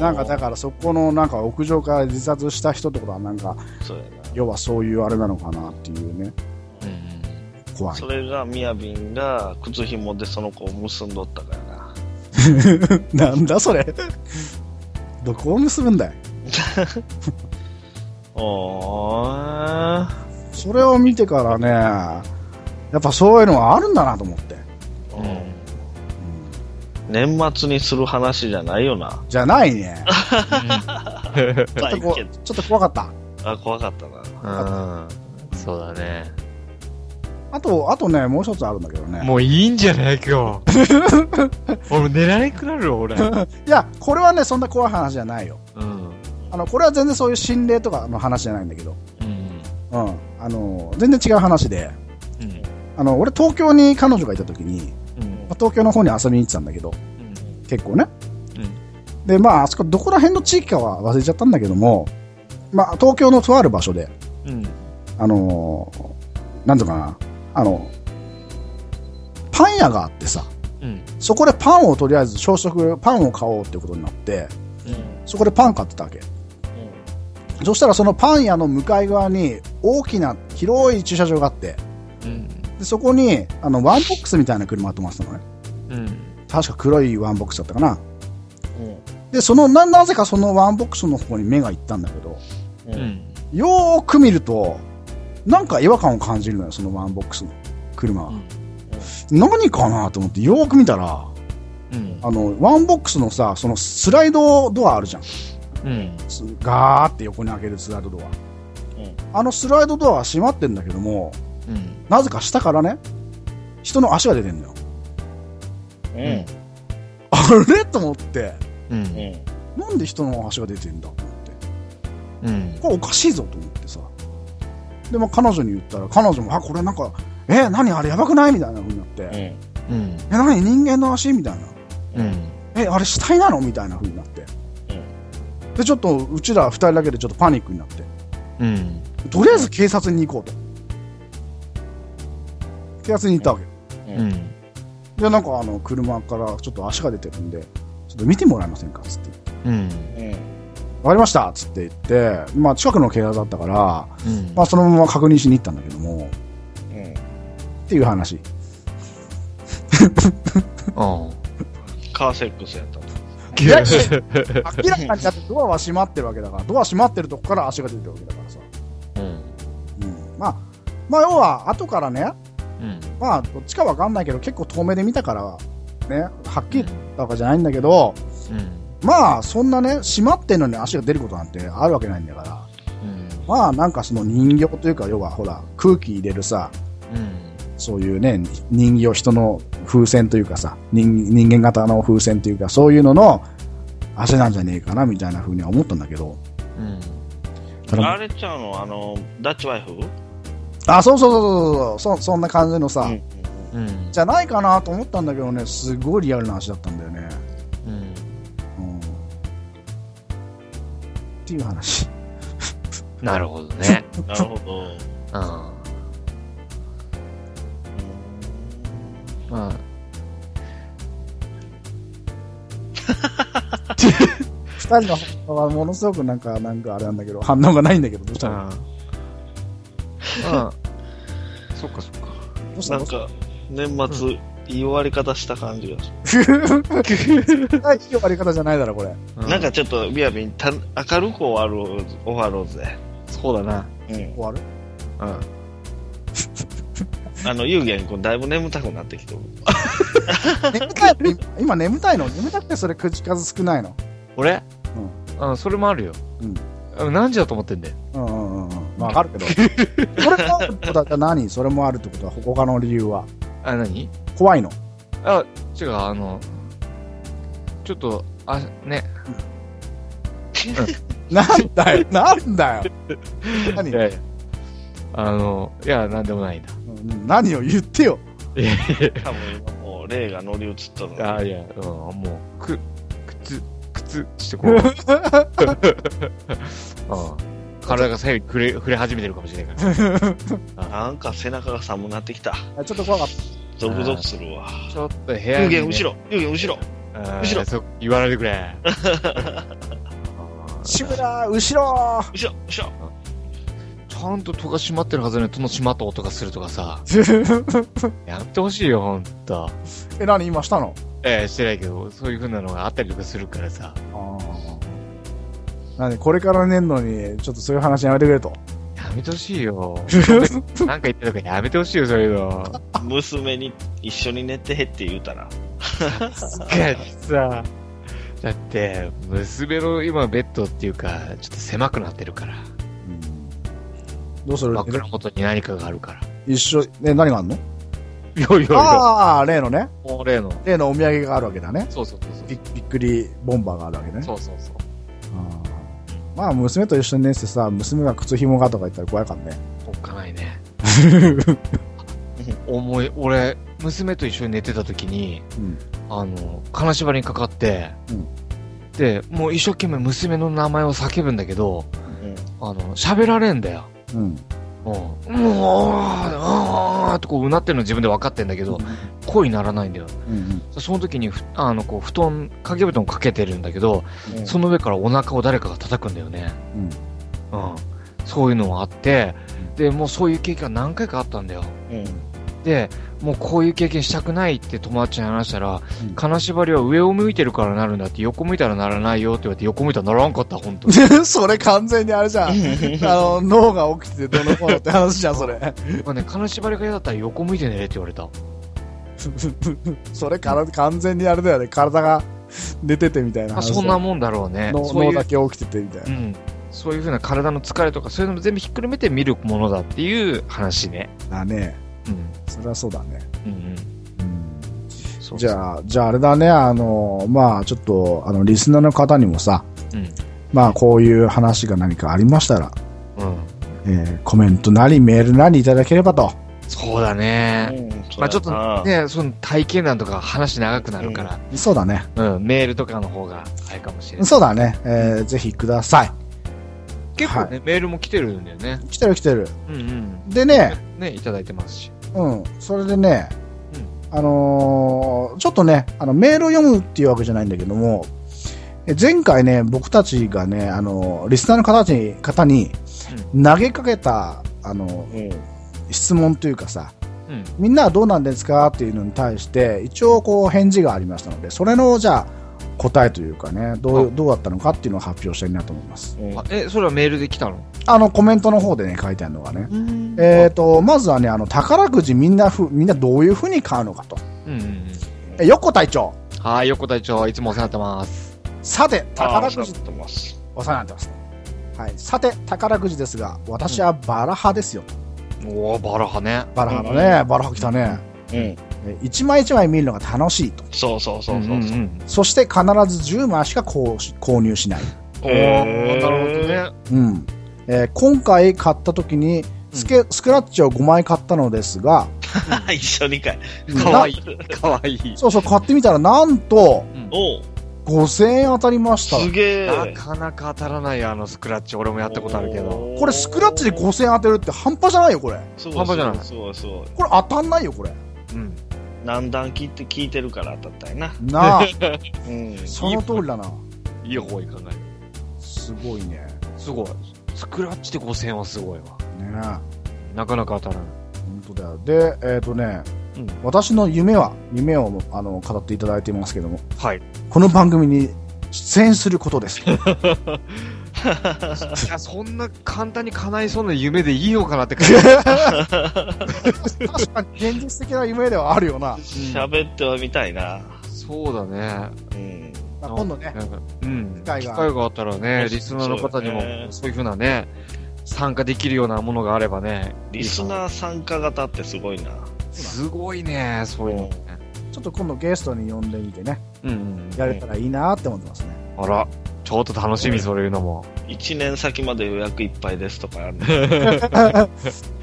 [SPEAKER 3] なんかだ
[SPEAKER 4] か
[SPEAKER 3] からそこのなんか屋上から自殺した人ってことはなんか、
[SPEAKER 4] ら、そうや
[SPEAKER 3] 要はそういうあれなのかなっていうね。怖
[SPEAKER 4] な。
[SPEAKER 3] い
[SPEAKER 4] そ。れが、みやびんが靴紐でその子を結んどったからな。
[SPEAKER 3] *laughs* なんだそれ。どこを結ぶんだい
[SPEAKER 2] おー。
[SPEAKER 3] それを見てからね、やっぱそういうのはあるんだなと思って。
[SPEAKER 2] うん
[SPEAKER 4] 年末にする話じゃないよな。
[SPEAKER 3] じゃないね。
[SPEAKER 4] *laughs* まあ
[SPEAKER 3] ちょっとこ
[SPEAKER 4] いいけど
[SPEAKER 3] ちょっと怖かった。
[SPEAKER 4] あ、怖かったな。
[SPEAKER 2] うん。そうだね。
[SPEAKER 3] あと、あとね、もう一つあるんだけどね。
[SPEAKER 2] もういいんじゃない今日。俺寝られなくなるよ、俺。うん。
[SPEAKER 3] いや、これはね、そんな怖い話じゃないよ。あの、これは全然そういう心霊とかの話じゃないんだけど。
[SPEAKER 2] うん。
[SPEAKER 3] うん。あの、全然違う話で。
[SPEAKER 2] うん。
[SPEAKER 3] あの、俺東京に彼女がいた時に、
[SPEAKER 2] うん
[SPEAKER 3] まあ東京の方に遊びに行ってたんだけど、結構ね。で、まあ、あそこどこら辺の地域かは忘れちゃったんだけども、まあ、東京のとある場所で、
[SPEAKER 2] うん。
[SPEAKER 3] あのーなんとかな、あの、パン屋があってさ、
[SPEAKER 2] うん。
[SPEAKER 3] そこでパンをとりあえず朝食、パンを買おうってことになって、そこでパン買ってたわけ。そしたらそのパン屋の向かい側に大きな広い駐車場があって、
[SPEAKER 2] うん。
[SPEAKER 3] でそこにあのワンボックスみたいな車が止まってたのね。
[SPEAKER 2] うん。
[SPEAKER 3] 確か黒いワンボックスだったかな。で、そのな、なぜかそのワンボックスの方に目が行ったんだけど、
[SPEAKER 2] うん。
[SPEAKER 3] よーく見ると、なんか違和感を感じるのよ、そのワンボックスの車が。
[SPEAKER 2] うん
[SPEAKER 3] 何かなと思って、よーく見たら、
[SPEAKER 2] うん。
[SPEAKER 3] あの、ワンボックスのさ、そのスライドドアあるじゃん。
[SPEAKER 2] うん。
[SPEAKER 3] すガーって横に開けるスライドドア。あのスライドドアは閉まってんだけども、
[SPEAKER 2] うん。
[SPEAKER 3] なぜか下からね、人の足が出てんのよ。
[SPEAKER 4] うん。
[SPEAKER 2] ん
[SPEAKER 3] あれと思って、
[SPEAKER 2] うん。
[SPEAKER 3] なんで人の足が出てんだと思って。
[SPEAKER 2] うん。
[SPEAKER 3] これおかしいぞと思ってさ。で、まあ、彼女に言ったら、彼女も、あ、これなんか、え、何あれやばくないみたいな風になって、え、
[SPEAKER 2] うん。
[SPEAKER 3] 何人間の足みたいな。
[SPEAKER 2] うん。
[SPEAKER 3] え、あれ死体なのみたいな風になって。で、ちょっと、うちら二人だけでちょっとパニックになって、
[SPEAKER 2] うん。
[SPEAKER 3] とりあえず警察に行こうと。警察に行ったわけ。
[SPEAKER 2] うん。
[SPEAKER 3] で、なんかあの、車からちょっと足が出てるんで、ちょっと見てもらえませんかつって。
[SPEAKER 2] うん。
[SPEAKER 3] わかりましたつって言って、まあ、近くの警察だったから、
[SPEAKER 2] うん
[SPEAKER 3] まあ、そのまま確認しに行ったんだけども、っていう話。
[SPEAKER 4] カーセックスやったの。
[SPEAKER 3] *laughs* いやいや明らかにだってドアは閉まってるわけだから、ドア閉まってるとこから足が出てるわけだからさ。
[SPEAKER 2] うん。
[SPEAKER 3] うん。まあ、まあ、要は、後からね、
[SPEAKER 2] うん。
[SPEAKER 3] まあ、どっちかわかんないけど、結構遠目で見たから、ね、はっきり言ったわけじゃないんだけど、
[SPEAKER 2] うん。
[SPEAKER 3] まあ、そんなね、閉まってんのに足が出ることなんてあるわけないんだから、
[SPEAKER 2] うん。
[SPEAKER 3] まあ、なんかその人形というか、要はほら、空気入れるさ、
[SPEAKER 2] うん。
[SPEAKER 3] そういうね、人形、人の風船というかさ、人人間型の風船というか、そういうのの足なんじゃねえかな、みたいな風には思ったんだけど。
[SPEAKER 2] うん。
[SPEAKER 3] た
[SPEAKER 4] あ
[SPEAKER 3] だ
[SPEAKER 4] れちゃうのあの、ダッチワイフ
[SPEAKER 3] あ、そうそうそうそうそう、そそんな感じのさ、
[SPEAKER 4] うん
[SPEAKER 2] うん。
[SPEAKER 3] じゃないかなと思ったんだけどね、すごいリアルな話だったんだよね。
[SPEAKER 2] うん。
[SPEAKER 3] うん。っていう話。
[SPEAKER 2] なるほどね。
[SPEAKER 4] なるほど。
[SPEAKER 2] うん。まあ。
[SPEAKER 3] 二人の反応はものすごくなんか、なんかあれなんだけど、反応がないんだけど、どうしたの
[SPEAKER 2] *laughs* うん。そっかそっか。
[SPEAKER 3] どうした
[SPEAKER 4] な
[SPEAKER 3] の
[SPEAKER 4] んか、年末、言い終わり方した感じがす
[SPEAKER 3] あいい終わり方じゃないだろ、これ。
[SPEAKER 2] う
[SPEAKER 4] る。なんか、ちょっと、みやびにた明るく終わろう、終わろうぜ。
[SPEAKER 2] そうだな。
[SPEAKER 4] うん。
[SPEAKER 3] 終わる
[SPEAKER 2] うん。
[SPEAKER 4] あの、ゆうげんくん、だいぶ眠たくなってきてる。
[SPEAKER 3] 眠たいの今 *laughs* 今眠たいの眠たくてそれ口数少ないの。
[SPEAKER 2] 俺うん。それもあるよ。うん。何時だと思ってんだよ。
[SPEAKER 3] うんうんうんうん。まあ、わかるけど。それもあるってことはじゃあ何それもあるってことは他の理由は。
[SPEAKER 2] あ、何
[SPEAKER 3] 怖いの。
[SPEAKER 2] あ、違う、あの、ちょっと、あ、ね。
[SPEAKER 3] なんだ *laughs* よ、なんだよ。何、
[SPEAKER 2] いや。あの、いや、なんでもないんだ。
[SPEAKER 3] うん何を言ってよ。
[SPEAKER 4] 多分今もう、霊が乗り移ったの。
[SPEAKER 2] あ、いや、うん、もう、く、靴、靴して *laughs* こう。うん。体が左右に触れ、触れ始めてるかもしれないから。
[SPEAKER 4] なんか背中が寒くなってきた。
[SPEAKER 3] あちょっと怖かった。
[SPEAKER 4] ゾクゾクするわ。
[SPEAKER 2] ちょっと部屋
[SPEAKER 4] ゆ
[SPEAKER 2] に、ね。
[SPEAKER 4] うげん、後ろ。ゆうげん、後ろ。
[SPEAKER 2] うん。
[SPEAKER 4] 後ろ
[SPEAKER 2] そう言わないでくれ。
[SPEAKER 3] 志村、後ろ
[SPEAKER 4] 後ろ、後ろ。
[SPEAKER 2] *laughs* ちゃんと戸が閉まってるはずなのに戸の閉まった音がするとかさ。やってほしいよ、ほんと。
[SPEAKER 3] *laughs* え、何今したの
[SPEAKER 2] ええしてないけど、そういう風なのがあったりとかするからさ。
[SPEAKER 3] あーなんで、これから寝るのに、ちょっとそういう話やめてく *laughs* れと。
[SPEAKER 2] やめてほしい *laughs* よ。なんか言ったとかやめてほしいよ、そういうの。
[SPEAKER 4] 娘に一緒に寝てへって言うたら。
[SPEAKER 2] がさ、だって、娘の今ベッドっていうか、ちょっと狭くなってるから。
[SPEAKER 3] どうする
[SPEAKER 2] 枕元に何かがある *laughs* から。
[SPEAKER 3] 一緒、ね、何があんの
[SPEAKER 2] いやいやいや。
[SPEAKER 3] ああ、例のね。
[SPEAKER 2] もう例の。
[SPEAKER 3] 例のお土産があるわけだね。
[SPEAKER 2] そうそうそうそ
[SPEAKER 3] び
[SPEAKER 2] う。
[SPEAKER 3] びっくりボンバーがあるわけね。
[SPEAKER 2] そうそうそう。
[SPEAKER 3] あーまあ、娘と一緒に寝ててさ、娘が靴紐がとか言ったら怖いからね。
[SPEAKER 2] おっかない *laughs* ね。思い、俺、娘と一緒に寝てた時に、
[SPEAKER 3] うん
[SPEAKER 2] あの、金縛りにかかって、
[SPEAKER 3] うん
[SPEAKER 2] で、もう一生懸命娘の名前を叫ぶんだけど、あの、喋られんだよ。
[SPEAKER 3] うん。
[SPEAKER 2] うん。もう、あーってこう、うなってるの自分で分かってんだけど、声ならないんだよ。
[SPEAKER 3] うん
[SPEAKER 2] その時にふ、あの、こう、布団、掛け布団かけてるんだけど、
[SPEAKER 4] うん
[SPEAKER 2] その上からお腹を誰かが叩くんだよね。
[SPEAKER 3] うん。
[SPEAKER 2] うん、そういうのもあって、でもうそういう経験が何回かあったんだよ。
[SPEAKER 4] うん。
[SPEAKER 2] で、もうこういう経験したくないって友達に話したら、
[SPEAKER 3] うん
[SPEAKER 2] 金縛りは上を向いてるからなるんだって、横向いたらならないよって言われて、横向いたらならんかった、本
[SPEAKER 3] *laughs*
[SPEAKER 2] 当に。
[SPEAKER 3] うん。それ完全にあれじゃん。あの、脳が起きてどうのこうのって話じゃん、そ
[SPEAKER 2] *laughs*
[SPEAKER 3] れ。
[SPEAKER 2] まあね、金縛りが嫌だったら横向いて寝れって言われた。
[SPEAKER 3] それから完全にあれだよね。体が寝ててみたいな
[SPEAKER 2] まあ、
[SPEAKER 3] 話。
[SPEAKER 2] そんなもんだろうね。
[SPEAKER 3] の
[SPEAKER 2] そう
[SPEAKER 3] 脳
[SPEAKER 2] い
[SPEAKER 3] だ
[SPEAKER 2] う、
[SPEAKER 3] け起きててみたいうな。
[SPEAKER 2] ん。そういうふうな体の疲れとか、そういうのも全部ひっくるめて見るものだっていう話ね。
[SPEAKER 3] だね。
[SPEAKER 2] うん。
[SPEAKER 3] それはそうだね。
[SPEAKER 2] うんうん。
[SPEAKER 3] うん
[SPEAKER 2] そう
[SPEAKER 3] じゃあ、じゃああれだね、あの、まあちょっと、あの、リスナーの方にもさ、
[SPEAKER 2] うん
[SPEAKER 3] まあこういう話が何かありましたら、
[SPEAKER 2] うん。
[SPEAKER 3] えーコメントなりメールなりいただければと。
[SPEAKER 2] そうだね。まあちょっと
[SPEAKER 4] ね、
[SPEAKER 2] ね、その体験談とか話長くなるから、
[SPEAKER 3] そうだね。
[SPEAKER 2] うん、メールとかの方があれかもしれない。
[SPEAKER 3] そうだね。えーぜひください。
[SPEAKER 2] 結構ね、メールも来てるんだよね。
[SPEAKER 3] 来てる来てる。
[SPEAKER 2] うんうん。
[SPEAKER 3] でね、
[SPEAKER 2] ね、いただいてますし。
[SPEAKER 3] うん、それでね、あのーちょっとね、あの、メールを読むっていうわけじゃないんだけども、え前回ね、僕たちがね、あのーリスナーの方に、方に、投げかけた、あのー
[SPEAKER 4] うん。
[SPEAKER 3] 質問というかさ、
[SPEAKER 2] うん。
[SPEAKER 3] みんなはどうなんですかっていうのに対して、一応こう返事がありましたので、それのじゃあ答えというかね、どう、どうだったのかっていうのを発表したいなと思います。
[SPEAKER 4] うん
[SPEAKER 2] あえ、それはメールで来たの
[SPEAKER 3] あの、コメントの方でね、書いてあるのがね。
[SPEAKER 2] うん
[SPEAKER 3] えっ、と、まずはね、あの、宝くじみんなふ、みんなどういうふうに買うのかと。
[SPEAKER 2] うんうん。
[SPEAKER 3] え、横隊長。
[SPEAKER 2] はい、横隊長、いつもお世話になってます。
[SPEAKER 3] さて、宝く
[SPEAKER 4] あ
[SPEAKER 3] じ、
[SPEAKER 4] ー思って
[SPEAKER 3] お世話になってます。はい。さて、宝くじですが、私はバラ派ですよ。
[SPEAKER 2] おー、バラ派ね。
[SPEAKER 3] バラ派
[SPEAKER 4] うん
[SPEAKER 3] だね、バラ派来たね。
[SPEAKER 4] ます。うん。
[SPEAKER 3] え一枚一枚見るのが楽しいと。
[SPEAKER 4] そうそうそうそう。
[SPEAKER 2] んん
[SPEAKER 3] そして必ず10枚しか購購入しない。
[SPEAKER 2] おー、
[SPEAKER 4] へー
[SPEAKER 2] なるほどね。
[SPEAKER 3] うん。えー今回買った時にスケ、スクラッチを5枚買ったのですが、
[SPEAKER 4] *laughs* 一緒に *laughs* かい。
[SPEAKER 2] かわいい。 *laughs* かわいい。
[SPEAKER 3] そうそう、買ってみたらなんと
[SPEAKER 4] おう
[SPEAKER 3] 5000円当たりました。
[SPEAKER 4] すげ
[SPEAKER 2] な
[SPEAKER 4] え。
[SPEAKER 2] かなか当たらないよあのスクラッチ。俺もやったことあるけど。
[SPEAKER 4] おー
[SPEAKER 3] これスクラッチで5000円当てるって半端じゃないよ、これ。
[SPEAKER 4] そう
[SPEAKER 2] 半端じゃない
[SPEAKER 4] そうそうそ
[SPEAKER 3] これ当たんないよ、これ。
[SPEAKER 2] うん。
[SPEAKER 4] う。南段聞いて、聞いてるから当たったよな。 *laughs*
[SPEAKER 3] なあ、
[SPEAKER 4] うん。
[SPEAKER 3] その通りだな。
[SPEAKER 2] いい方に考える。
[SPEAKER 3] すごいね。
[SPEAKER 2] すごい。スクラッチで5000円はすごいわ。
[SPEAKER 3] ねえ。
[SPEAKER 2] なかなか当たらない。
[SPEAKER 3] 本当だよ。で、えっ、とね、
[SPEAKER 2] うん
[SPEAKER 3] 私の夢は、夢をあの語っていただいていますけども、
[SPEAKER 2] はい。
[SPEAKER 3] この番組に出演することです。
[SPEAKER 2] いや、そんな簡単に叶いそうな夢でいいのかなって
[SPEAKER 3] *laughs*
[SPEAKER 2] 感じ。
[SPEAKER 3] 確かに現実的な夢ではあるよな。
[SPEAKER 4] 喋ってはみたいな。
[SPEAKER 2] そうだね。
[SPEAKER 4] うん。
[SPEAKER 3] まあ今度ね、
[SPEAKER 2] うん。機
[SPEAKER 3] 機会
[SPEAKER 2] 会
[SPEAKER 3] が
[SPEAKER 2] があったらね、
[SPEAKER 4] そう
[SPEAKER 2] リスナーの方にも
[SPEAKER 4] そうだよね
[SPEAKER 2] そういうふうなね、参加できるようなものがあればね。
[SPEAKER 4] リス
[SPEAKER 2] ー
[SPEAKER 4] ナー参加型ってすごいな。
[SPEAKER 2] すごいね、そういうのね。
[SPEAKER 3] ちょっと今度ゲストに呼んでみてね、
[SPEAKER 2] うんうん。
[SPEAKER 3] やれたらいいなって思ってますね。
[SPEAKER 2] あら、ちょっと楽しみ、そういうのも。
[SPEAKER 4] 1年先まで予約いっぱいですと
[SPEAKER 2] *laughs*
[SPEAKER 4] かあるね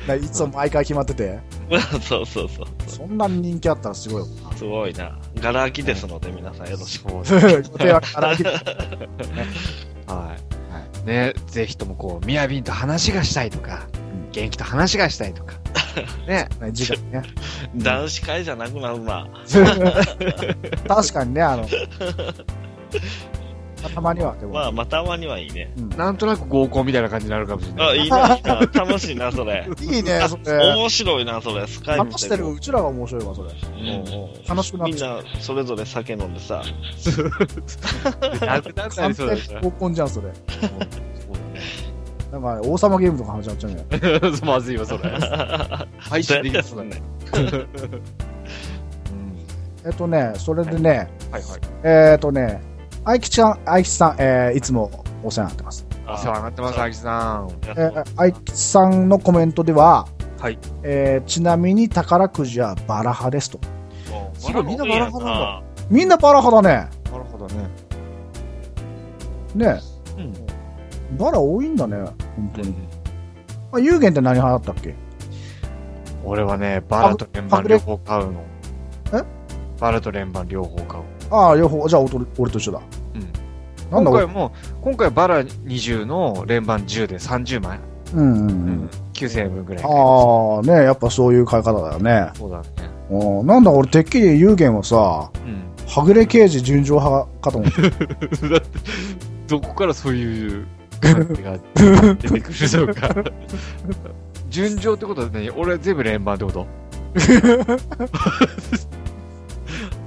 [SPEAKER 3] だ *laughs* いつも毎回決まってて、
[SPEAKER 4] *laughs* そうそうそう。
[SPEAKER 3] そんなに人気あったらすごいよ。
[SPEAKER 4] すごいな。ガラ空きですので、皆さんよろしく。
[SPEAKER 2] そう
[SPEAKER 3] 予
[SPEAKER 2] だね
[SPEAKER 3] 定は空いてる
[SPEAKER 2] はい。ね、ぜひともこう、みやびんと話がしたいとか
[SPEAKER 3] ん、
[SPEAKER 2] 元気と話がしたいとか。ね。
[SPEAKER 3] ね、次回ね。
[SPEAKER 4] 男子会じ
[SPEAKER 3] *laughs*
[SPEAKER 4] ゃなくなるな。
[SPEAKER 3] 確かにね、あの、たまには、でも。
[SPEAKER 4] まあ、またまにはいいね。
[SPEAKER 3] うん
[SPEAKER 2] なんとなく合コンみたいな感じになるかもしれない。
[SPEAKER 4] あ、いいな、いいな。楽しいな、そ
[SPEAKER 2] *laughs*
[SPEAKER 4] れ。
[SPEAKER 3] いいね、それ。
[SPEAKER 4] 面白いな、それ。スカイプで
[SPEAKER 3] 話してるうちらが面白いわ、それ。
[SPEAKER 4] うんうん
[SPEAKER 3] 楽しくなっ
[SPEAKER 4] みん
[SPEAKER 3] ちゃう。
[SPEAKER 4] な、それぞれ酒飲んで
[SPEAKER 2] *laughs*
[SPEAKER 4] さ。
[SPEAKER 2] なくなった
[SPEAKER 3] 完
[SPEAKER 2] りそうだし
[SPEAKER 3] 全
[SPEAKER 2] な。
[SPEAKER 3] 合コンじゃん、それ。なんか、王様ゲームとか *laughs* 始まっちゃうんじゃない
[SPEAKER 2] そうまずいわ、それ。配信できそうだね。
[SPEAKER 3] えっとね、それでね、
[SPEAKER 2] はいはい。
[SPEAKER 3] えっとね、愛吉さん、愛吉さん、えーいつもお世話になってます。
[SPEAKER 2] お世話になってます、
[SPEAKER 4] あ
[SPEAKER 2] あきさん。
[SPEAKER 4] ー
[SPEAKER 3] えー、愛吉さんのコメントでは、
[SPEAKER 2] はい
[SPEAKER 3] えーちなみに宝くじはバラ派ですと。
[SPEAKER 2] すごいみんなバラ派な
[SPEAKER 3] みんなバラ派だね。
[SPEAKER 2] なるほどね。
[SPEAKER 3] ね
[SPEAKER 2] うん。
[SPEAKER 3] バラ多いんだね、本当に。あ、有限って何派だったっけ
[SPEAKER 2] 俺はね、バラと連番両方買うの。
[SPEAKER 3] え
[SPEAKER 2] バラと連番両方買う。
[SPEAKER 3] ああ、両方、じゃあ、おと俺と一緒だ。うん。なん
[SPEAKER 2] 今
[SPEAKER 3] だ
[SPEAKER 2] 回
[SPEAKER 3] 俺、
[SPEAKER 2] も、今回バラ20の連番10で30枚。
[SPEAKER 3] うんうんうん。
[SPEAKER 2] 9000円分ぐらい。
[SPEAKER 3] ああ、ねやっぱそういう買い方だよね。
[SPEAKER 2] そうだね。
[SPEAKER 3] うんなんだ俺、てっきり有限はさ、
[SPEAKER 2] うん。
[SPEAKER 3] はぐれ刑事純情派かと思って。
[SPEAKER 2] だって、どこからそういう感じが出てくるのか。順調ってことはね、俺は全部連番ってこと
[SPEAKER 3] *laughs*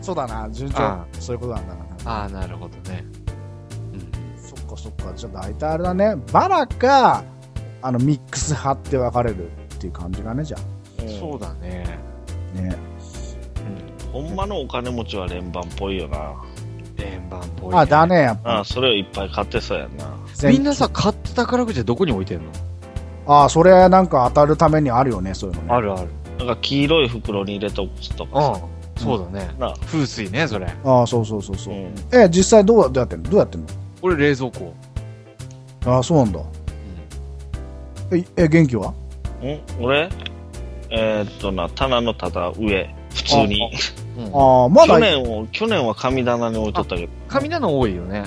[SPEAKER 3] そうだな、純情
[SPEAKER 2] あ。
[SPEAKER 3] そういうことなんだな。
[SPEAKER 2] ああ、なるほどね。
[SPEAKER 3] そっかそっか。じゃあ、大体あれだね。バラか、あの、ミックス派って分かれるっていう感じがね、じゃ
[SPEAKER 2] そうだね。
[SPEAKER 3] あ。ね。
[SPEAKER 2] うん。
[SPEAKER 4] ほんまのお金持ちは連番っぽいよな。
[SPEAKER 2] 連番っぽい、
[SPEAKER 3] あ、だ。ね、やっ
[SPEAKER 4] あ
[SPEAKER 3] ぱ
[SPEAKER 4] あ、。それをいっぱい買ってそうやんな。
[SPEAKER 3] 全
[SPEAKER 2] みんなさ、買った宝くじはどこに置いてんの
[SPEAKER 3] ああ、それなんか当たるためにあるよね、そういうのね。
[SPEAKER 2] あるある。
[SPEAKER 4] なんか黄色い袋に入れとくとかさ。
[SPEAKER 2] うん。そうだね。
[SPEAKER 4] なあ
[SPEAKER 2] 風水ね、それ。
[SPEAKER 3] ああ、そうそうそうそうう。
[SPEAKER 4] ん。
[SPEAKER 3] え、実際どうどうやってんのどうやってんの
[SPEAKER 2] 俺、冷蔵庫。
[SPEAKER 3] ああ、そうなんだ。え、え元気は
[SPEAKER 4] ん俺えーっとな、棚のただ上。普通に。
[SPEAKER 2] うん。
[SPEAKER 3] ああ、ま
[SPEAKER 4] 去
[SPEAKER 3] だ、
[SPEAKER 4] 年を、去年は神棚に置いとったけど、
[SPEAKER 2] 紙なの多いよね。
[SPEAKER 4] 今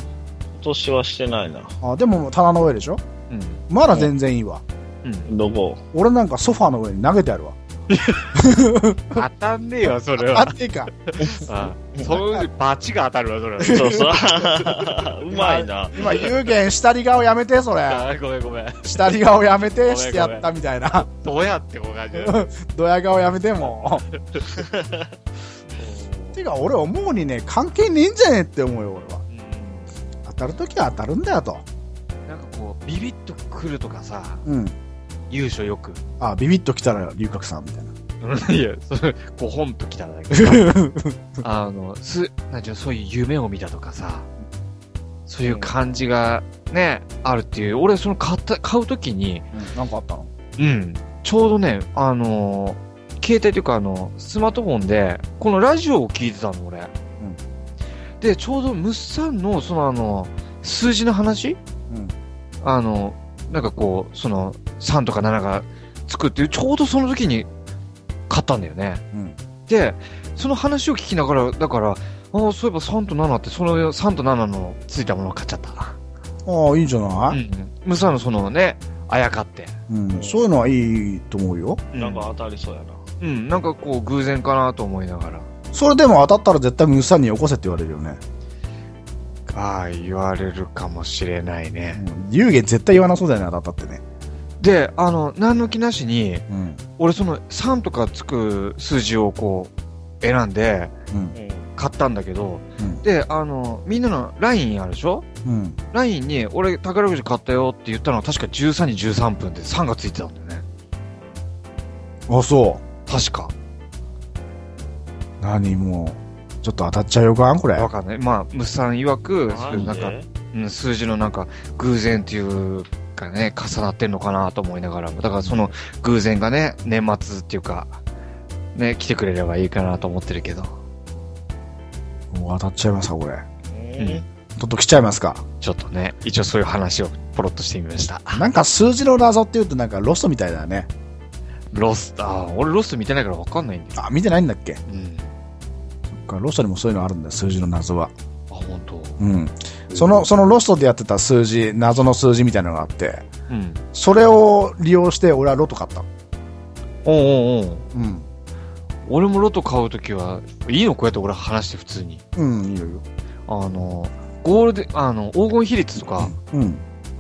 [SPEAKER 4] 年はしてないな。
[SPEAKER 3] あでも棚の上でしょ
[SPEAKER 2] うん。
[SPEAKER 3] まだ全然いいわ。
[SPEAKER 2] うん。
[SPEAKER 4] どこ *laughs*
[SPEAKER 3] 俺なんかソファーの上に投げてやるわ。
[SPEAKER 2] 当たんねえよ、それ
[SPEAKER 3] あ
[SPEAKER 2] は。
[SPEAKER 3] っていうか、
[SPEAKER 2] あそういう、バチが当たるわ、それ *laughs* は。
[SPEAKER 4] そうそう。うまいな。
[SPEAKER 3] 今、有限、下り顔やめて、それ。
[SPEAKER 2] あごめんごめん。
[SPEAKER 3] 下り顔やめ
[SPEAKER 2] ごめ
[SPEAKER 3] て、
[SPEAKER 2] ん
[SPEAKER 3] してやったみたいな。
[SPEAKER 2] どうやってこう感じだよ
[SPEAKER 3] ドヤ顔やめて、もう。ていうか、俺思うにね、関係ねえんじゃねえって思うよ、俺は。
[SPEAKER 2] う
[SPEAKER 3] 当たるときは当たるんだよ、と。
[SPEAKER 2] んなんかこう、ビビッとくるとかさ、
[SPEAKER 3] うん。
[SPEAKER 2] 優勝よく。 *laughs*
[SPEAKER 3] ああビビッと来たら、龍角さん、みたいな。
[SPEAKER 2] いや、それ、ご本ときたらだけど。あの、す、なんちゅうの、そういう夢を見たとかさ、そういう感じがね、あるっていう。俺、その買った、買うときに、
[SPEAKER 3] うん、なんかあったの
[SPEAKER 2] うん、ちょうどね、あのー携帯というか、あの、スマートフォンで、このラジオを聞いてたの、俺。で、ちょうど、ムッサンの、その、あの、数字の話、
[SPEAKER 3] うん
[SPEAKER 2] あの、なんかこう、その、3とか7がつくっていう、ちょうどその時に買ったんだよね。
[SPEAKER 3] うん
[SPEAKER 2] で、その話を聞きながら、だから、ああ、そういえば3と7って、その3と7のついたものを買っちゃったな。
[SPEAKER 3] ああ、いいんじゃな
[SPEAKER 2] う
[SPEAKER 3] い、
[SPEAKER 2] ん。ムッサンのそのね、あやかって。
[SPEAKER 3] うん、そういうのはいいと思うよ。
[SPEAKER 4] なんか当たりそうやな。
[SPEAKER 2] うん、なんかこう偶然かなと思いながら。
[SPEAKER 3] それでも当たったら絶対ムサによこせって言われるよね。
[SPEAKER 2] ああ、言われるかもしれないね。
[SPEAKER 3] 有限絶対言わなそうだよね、当たったってね。
[SPEAKER 2] で、あの、何の気なしに、
[SPEAKER 3] うん。
[SPEAKER 2] 俺その3とかつく数字をこう、選んで
[SPEAKER 3] うん。
[SPEAKER 2] 買ったんだけど、
[SPEAKER 3] うん
[SPEAKER 2] で、あの、みんなの LINE あるでしょ
[SPEAKER 3] うん。
[SPEAKER 2] ?LINE に、俺宝くじ買ったよって言ったのは確か13時13分で3がついてたんだよね。
[SPEAKER 3] あ、そ
[SPEAKER 2] 確か。
[SPEAKER 3] う。何もう、ちょっと当たっちゃう予感これ。
[SPEAKER 2] わかんない。まあ、ムスさん曰く、そう
[SPEAKER 4] マ
[SPEAKER 2] いう
[SPEAKER 4] ジ
[SPEAKER 2] なんか、
[SPEAKER 4] で
[SPEAKER 2] うん、数字のなんか偶然っていうかね、重なってんのかなと思いながらも、だからその偶然がね、年末っていうか、ね、来てくれればいいかなと思ってるけど、
[SPEAKER 3] もう当たっちゃいますか、これ。
[SPEAKER 4] うん
[SPEAKER 3] ちょっと来ちゃいますか。
[SPEAKER 2] ちょっとね、一応そういう話をポロッとしてみました。
[SPEAKER 3] なんか数字の謎っていうとなんかロストみたいだよね。
[SPEAKER 2] ロス、あー俺ロスト見てないからわかんないんだよ。
[SPEAKER 3] あ、見てないんだっけ
[SPEAKER 2] うん。
[SPEAKER 3] そっかロストにもそういうのあるんだよ、数字の謎は。
[SPEAKER 2] あ、本当。
[SPEAKER 3] うん。その、そのロストでやってた数字、謎の数字みたいなのがあって、
[SPEAKER 2] うん。
[SPEAKER 3] それを利用して俺はロト買った。
[SPEAKER 2] おうんうんうん。
[SPEAKER 3] うん。
[SPEAKER 2] 俺もロト買うときは、いいのこうやって俺話して普通に。
[SPEAKER 3] うん、いいよいいよ。
[SPEAKER 2] あの、ゴールデン、あの、黄金比率とか、
[SPEAKER 3] う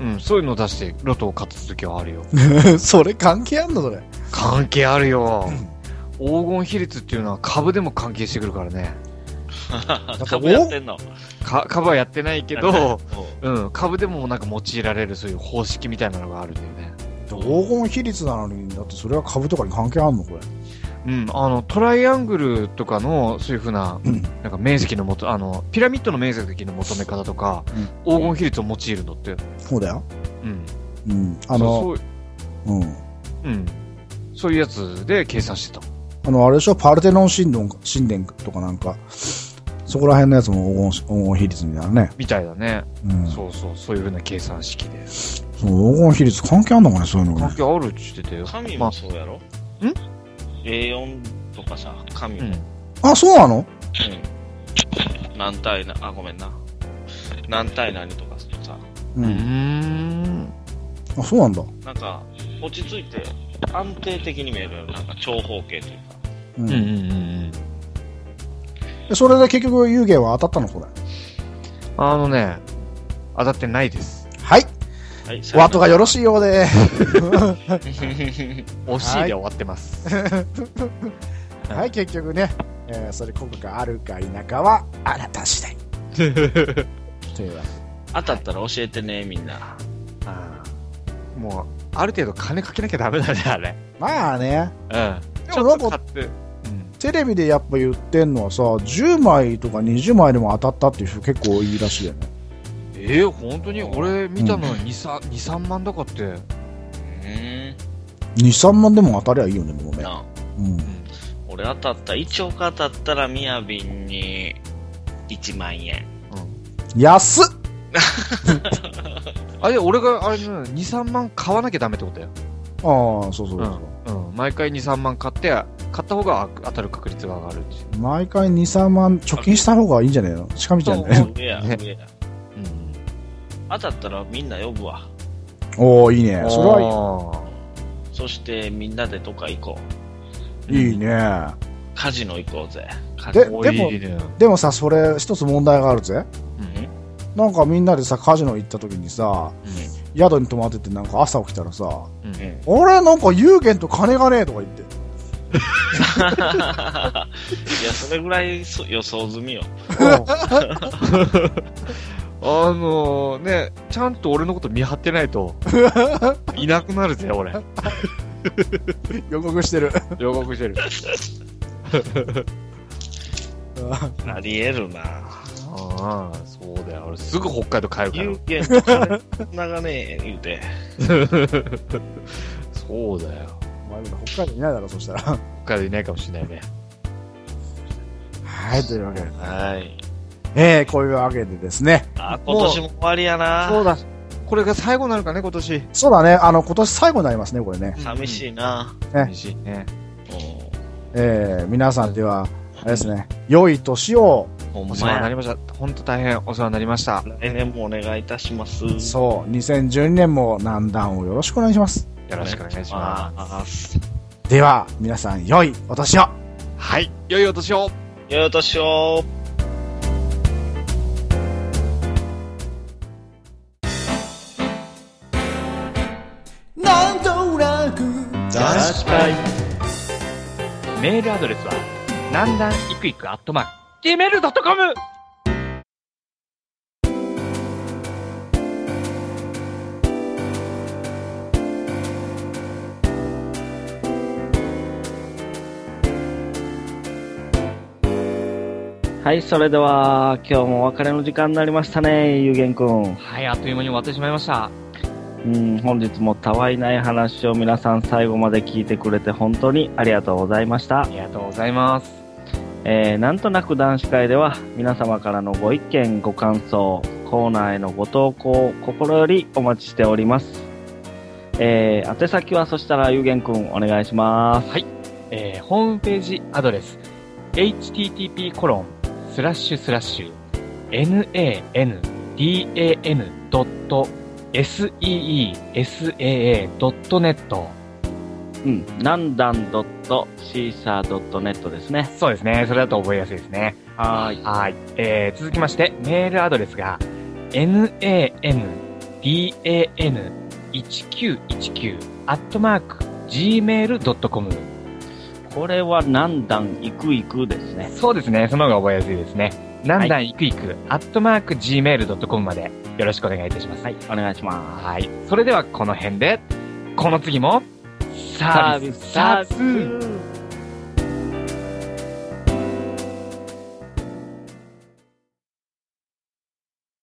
[SPEAKER 2] うん、そういうの出してロトを勝つ時はあるよ。
[SPEAKER 3] ん。 *laughs* それ関係あんのそれ。
[SPEAKER 2] 関係あるよ。黄金比率っていうのは株でも関係してくるからね。
[SPEAKER 4] 株やってんの
[SPEAKER 2] か株はやってないけど、
[SPEAKER 4] う
[SPEAKER 2] うん、株でもなんか用いられるそういう方式みたいなのがあるんだよね。
[SPEAKER 3] 黄金比率なのに、だってそれは株とかに関係あんのこれ。
[SPEAKER 2] うん、あの、トライアングルとかの、そういうふうな、なんか面積のもと、あの、ピラミッドの面積の求め方とか、黄金比率を用いるのって、
[SPEAKER 3] そうだよ。
[SPEAKER 2] うん。
[SPEAKER 3] うん。あの、
[SPEAKER 2] そうそう
[SPEAKER 3] うん。
[SPEAKER 2] うん。そういうやつで計算してた。
[SPEAKER 3] あの、あれでしょ、パルテノン神殿神殿とかなんか、そこら辺のやつも黄金黄金比率みたいなね。
[SPEAKER 2] みたいだね。
[SPEAKER 3] うん。そ
[SPEAKER 2] そうそう、そういうふうな計算式で。
[SPEAKER 3] う黄金比率関係あんのかね、そういうのが
[SPEAKER 2] 関
[SPEAKER 3] ね。
[SPEAKER 2] 係あるって言ってたよ。
[SPEAKER 4] *laughs* 神
[SPEAKER 2] ま
[SPEAKER 4] もそうやろん ?A4 とかさ、神
[SPEAKER 2] あ、う
[SPEAKER 4] も。
[SPEAKER 2] ん。
[SPEAKER 3] あ、そうなの
[SPEAKER 4] うん。何対な、あ、ごめんな。何対何とかさ、
[SPEAKER 3] う。
[SPEAKER 2] うんーん。
[SPEAKER 3] あ、そうなんだ。
[SPEAKER 4] なんか、落ち着いて安定的に見えるよ。なんか長方形というか。
[SPEAKER 3] うん。
[SPEAKER 2] うんうんうんうん。
[SPEAKER 3] でそれで結局、湯気は当たったのこれ。
[SPEAKER 2] あのね、当たってないです。
[SPEAKER 3] はい。
[SPEAKER 4] はい、
[SPEAKER 3] お後がよろしいようで。
[SPEAKER 2] 惜しいで終わってます。
[SPEAKER 3] はい、結局ね、えーそれ効果があるか否かは、あなた次
[SPEAKER 2] *laughs*
[SPEAKER 3] 第。というわけで
[SPEAKER 4] *laughs* 当たったら教えてね、みんな。
[SPEAKER 2] あーもう、ある程度金かけなきゃダメだね、あれ。
[SPEAKER 3] まあね、
[SPEAKER 2] うん。
[SPEAKER 3] でもなんか
[SPEAKER 2] ちょっと買って。うん。
[SPEAKER 3] テレビでやっぱ言ってんのはさ、10枚とか20枚でも当たったっていう人結構いいらしいよね。
[SPEAKER 2] ええ本当に俺見たの2、3 2、3万だかって。うん。
[SPEAKER 4] うん。
[SPEAKER 3] 2、3万でも当たりゃいいよね、もうね。
[SPEAKER 4] な
[SPEAKER 3] うん。
[SPEAKER 4] 俺当たった、1億当たったら、みやびんに1万円。
[SPEAKER 3] 安っ
[SPEAKER 2] あれ、俺が、あれ、2、3万買わなきゃダメってことだよ。
[SPEAKER 3] ああ、そうそうそう。
[SPEAKER 2] うん。毎回2、3万買って、買った方が当たる確率が上がるっていう。
[SPEAKER 3] 毎回2、3万貯金した方がいいんじゃねえの近道じゃね
[SPEAKER 4] 上や、
[SPEAKER 2] ね
[SPEAKER 4] 上や。
[SPEAKER 2] うん。
[SPEAKER 4] 当たったらみんな呼ぶわ。
[SPEAKER 3] *laughs* おおいいね。それはい
[SPEAKER 4] そしてみんなでどっか行こう。
[SPEAKER 3] いいいいね。
[SPEAKER 4] カジノ行こうぜ。カジ
[SPEAKER 3] で、
[SPEAKER 4] ノ
[SPEAKER 3] で
[SPEAKER 2] おーい
[SPEAKER 3] も
[SPEAKER 2] い、ね
[SPEAKER 3] でもさ、それ一つ問題があるぜ。
[SPEAKER 2] うん
[SPEAKER 3] なんかみんなでさ、カジノ行った時にさ、
[SPEAKER 4] う
[SPEAKER 3] 宿に泊まっててなんか朝起きたらさ、
[SPEAKER 2] うん
[SPEAKER 4] ん。うん *laughs*
[SPEAKER 3] あれなんか有限と金がねえとか言って。 *laughs*
[SPEAKER 4] いや、それぐらいそ予想済みよ。
[SPEAKER 2] あのね、ちゃんと俺のこと見張ってない *laughs* と、いなくなるぜ、俺。
[SPEAKER 3] 予告してる。 *laughs*
[SPEAKER 2] 予告してる。
[SPEAKER 4] ありえるな。
[SPEAKER 2] ああ、そうだよ。俺すぐ北海道帰るから
[SPEAKER 4] 有。限と金繋がねえ言うて。
[SPEAKER 2] *laughs* そうだよ。
[SPEAKER 3] お前今北海道いないだろ、そしたら。
[SPEAKER 2] 北海道いないかもしれないね。
[SPEAKER 3] はい、というわけで。
[SPEAKER 4] はい。
[SPEAKER 3] えー、こういうわけでですね。
[SPEAKER 4] あ、今年も終わりやな。
[SPEAKER 2] だ。これが最後なのかね、今年。
[SPEAKER 3] そうだね、あの、今年最後になりますね、これね。
[SPEAKER 4] 寂しいな。
[SPEAKER 2] 寂しいね。
[SPEAKER 4] う
[SPEAKER 3] えー、皆さんでは、あれですね、良い年を、
[SPEAKER 4] んほん
[SPEAKER 2] お世
[SPEAKER 4] ま
[SPEAKER 2] 話にな
[SPEAKER 4] や。
[SPEAKER 2] りました。本当大変お世話になりました。
[SPEAKER 4] 来年もお願いいたします。
[SPEAKER 3] そう、2012年も南段をよろしくお願いします。
[SPEAKER 2] よろしくお願いしま
[SPEAKER 4] ます。
[SPEAKER 3] では、皆さん、良いお年を
[SPEAKER 2] す。はい。良いお年を
[SPEAKER 4] 良いお年を。
[SPEAKER 1] なんとなく
[SPEAKER 4] 確かに。
[SPEAKER 2] メールアドレスは、なんだんいくいくアットマーク、gmail.com!
[SPEAKER 5] はい、それでは、今日もお別れの時間になりましたね、ゆうげんくん。
[SPEAKER 2] はい、あっという間に終わってしまいました。
[SPEAKER 5] うん、本日もたわいない話を皆さん最後まで聞いてくれて本当にありがとうございました
[SPEAKER 2] あ。りがとうございます。
[SPEAKER 5] えー、なんとなく男子会では皆様からのご意見、ご感想、コーナーへのご投稿を心よりお待ちしております。えー、宛先はそしたらゆうげんくんお願いします。
[SPEAKER 2] えーホームページアドレス、http コロンスラッシュスラッシュ nandan.seesaa.net
[SPEAKER 5] うん、なんだん .caesar.net ですね。
[SPEAKER 2] そうですね。それだと覚えやすいですね。
[SPEAKER 5] はーい。
[SPEAKER 2] はい。えー続きまして、メールアドレスが、 nanban1919 アットマーク gmail.com
[SPEAKER 4] これは何段いくいくですね。
[SPEAKER 2] そうですね。その方が覚えやすいですね。何段いくいく、アットマーク gmail.com までよろしくお願いいたします。
[SPEAKER 4] はい、お願いします。
[SPEAKER 2] はい。それではこの辺で、この次も、サービス、サービス。
[SPEAKER 4] ービス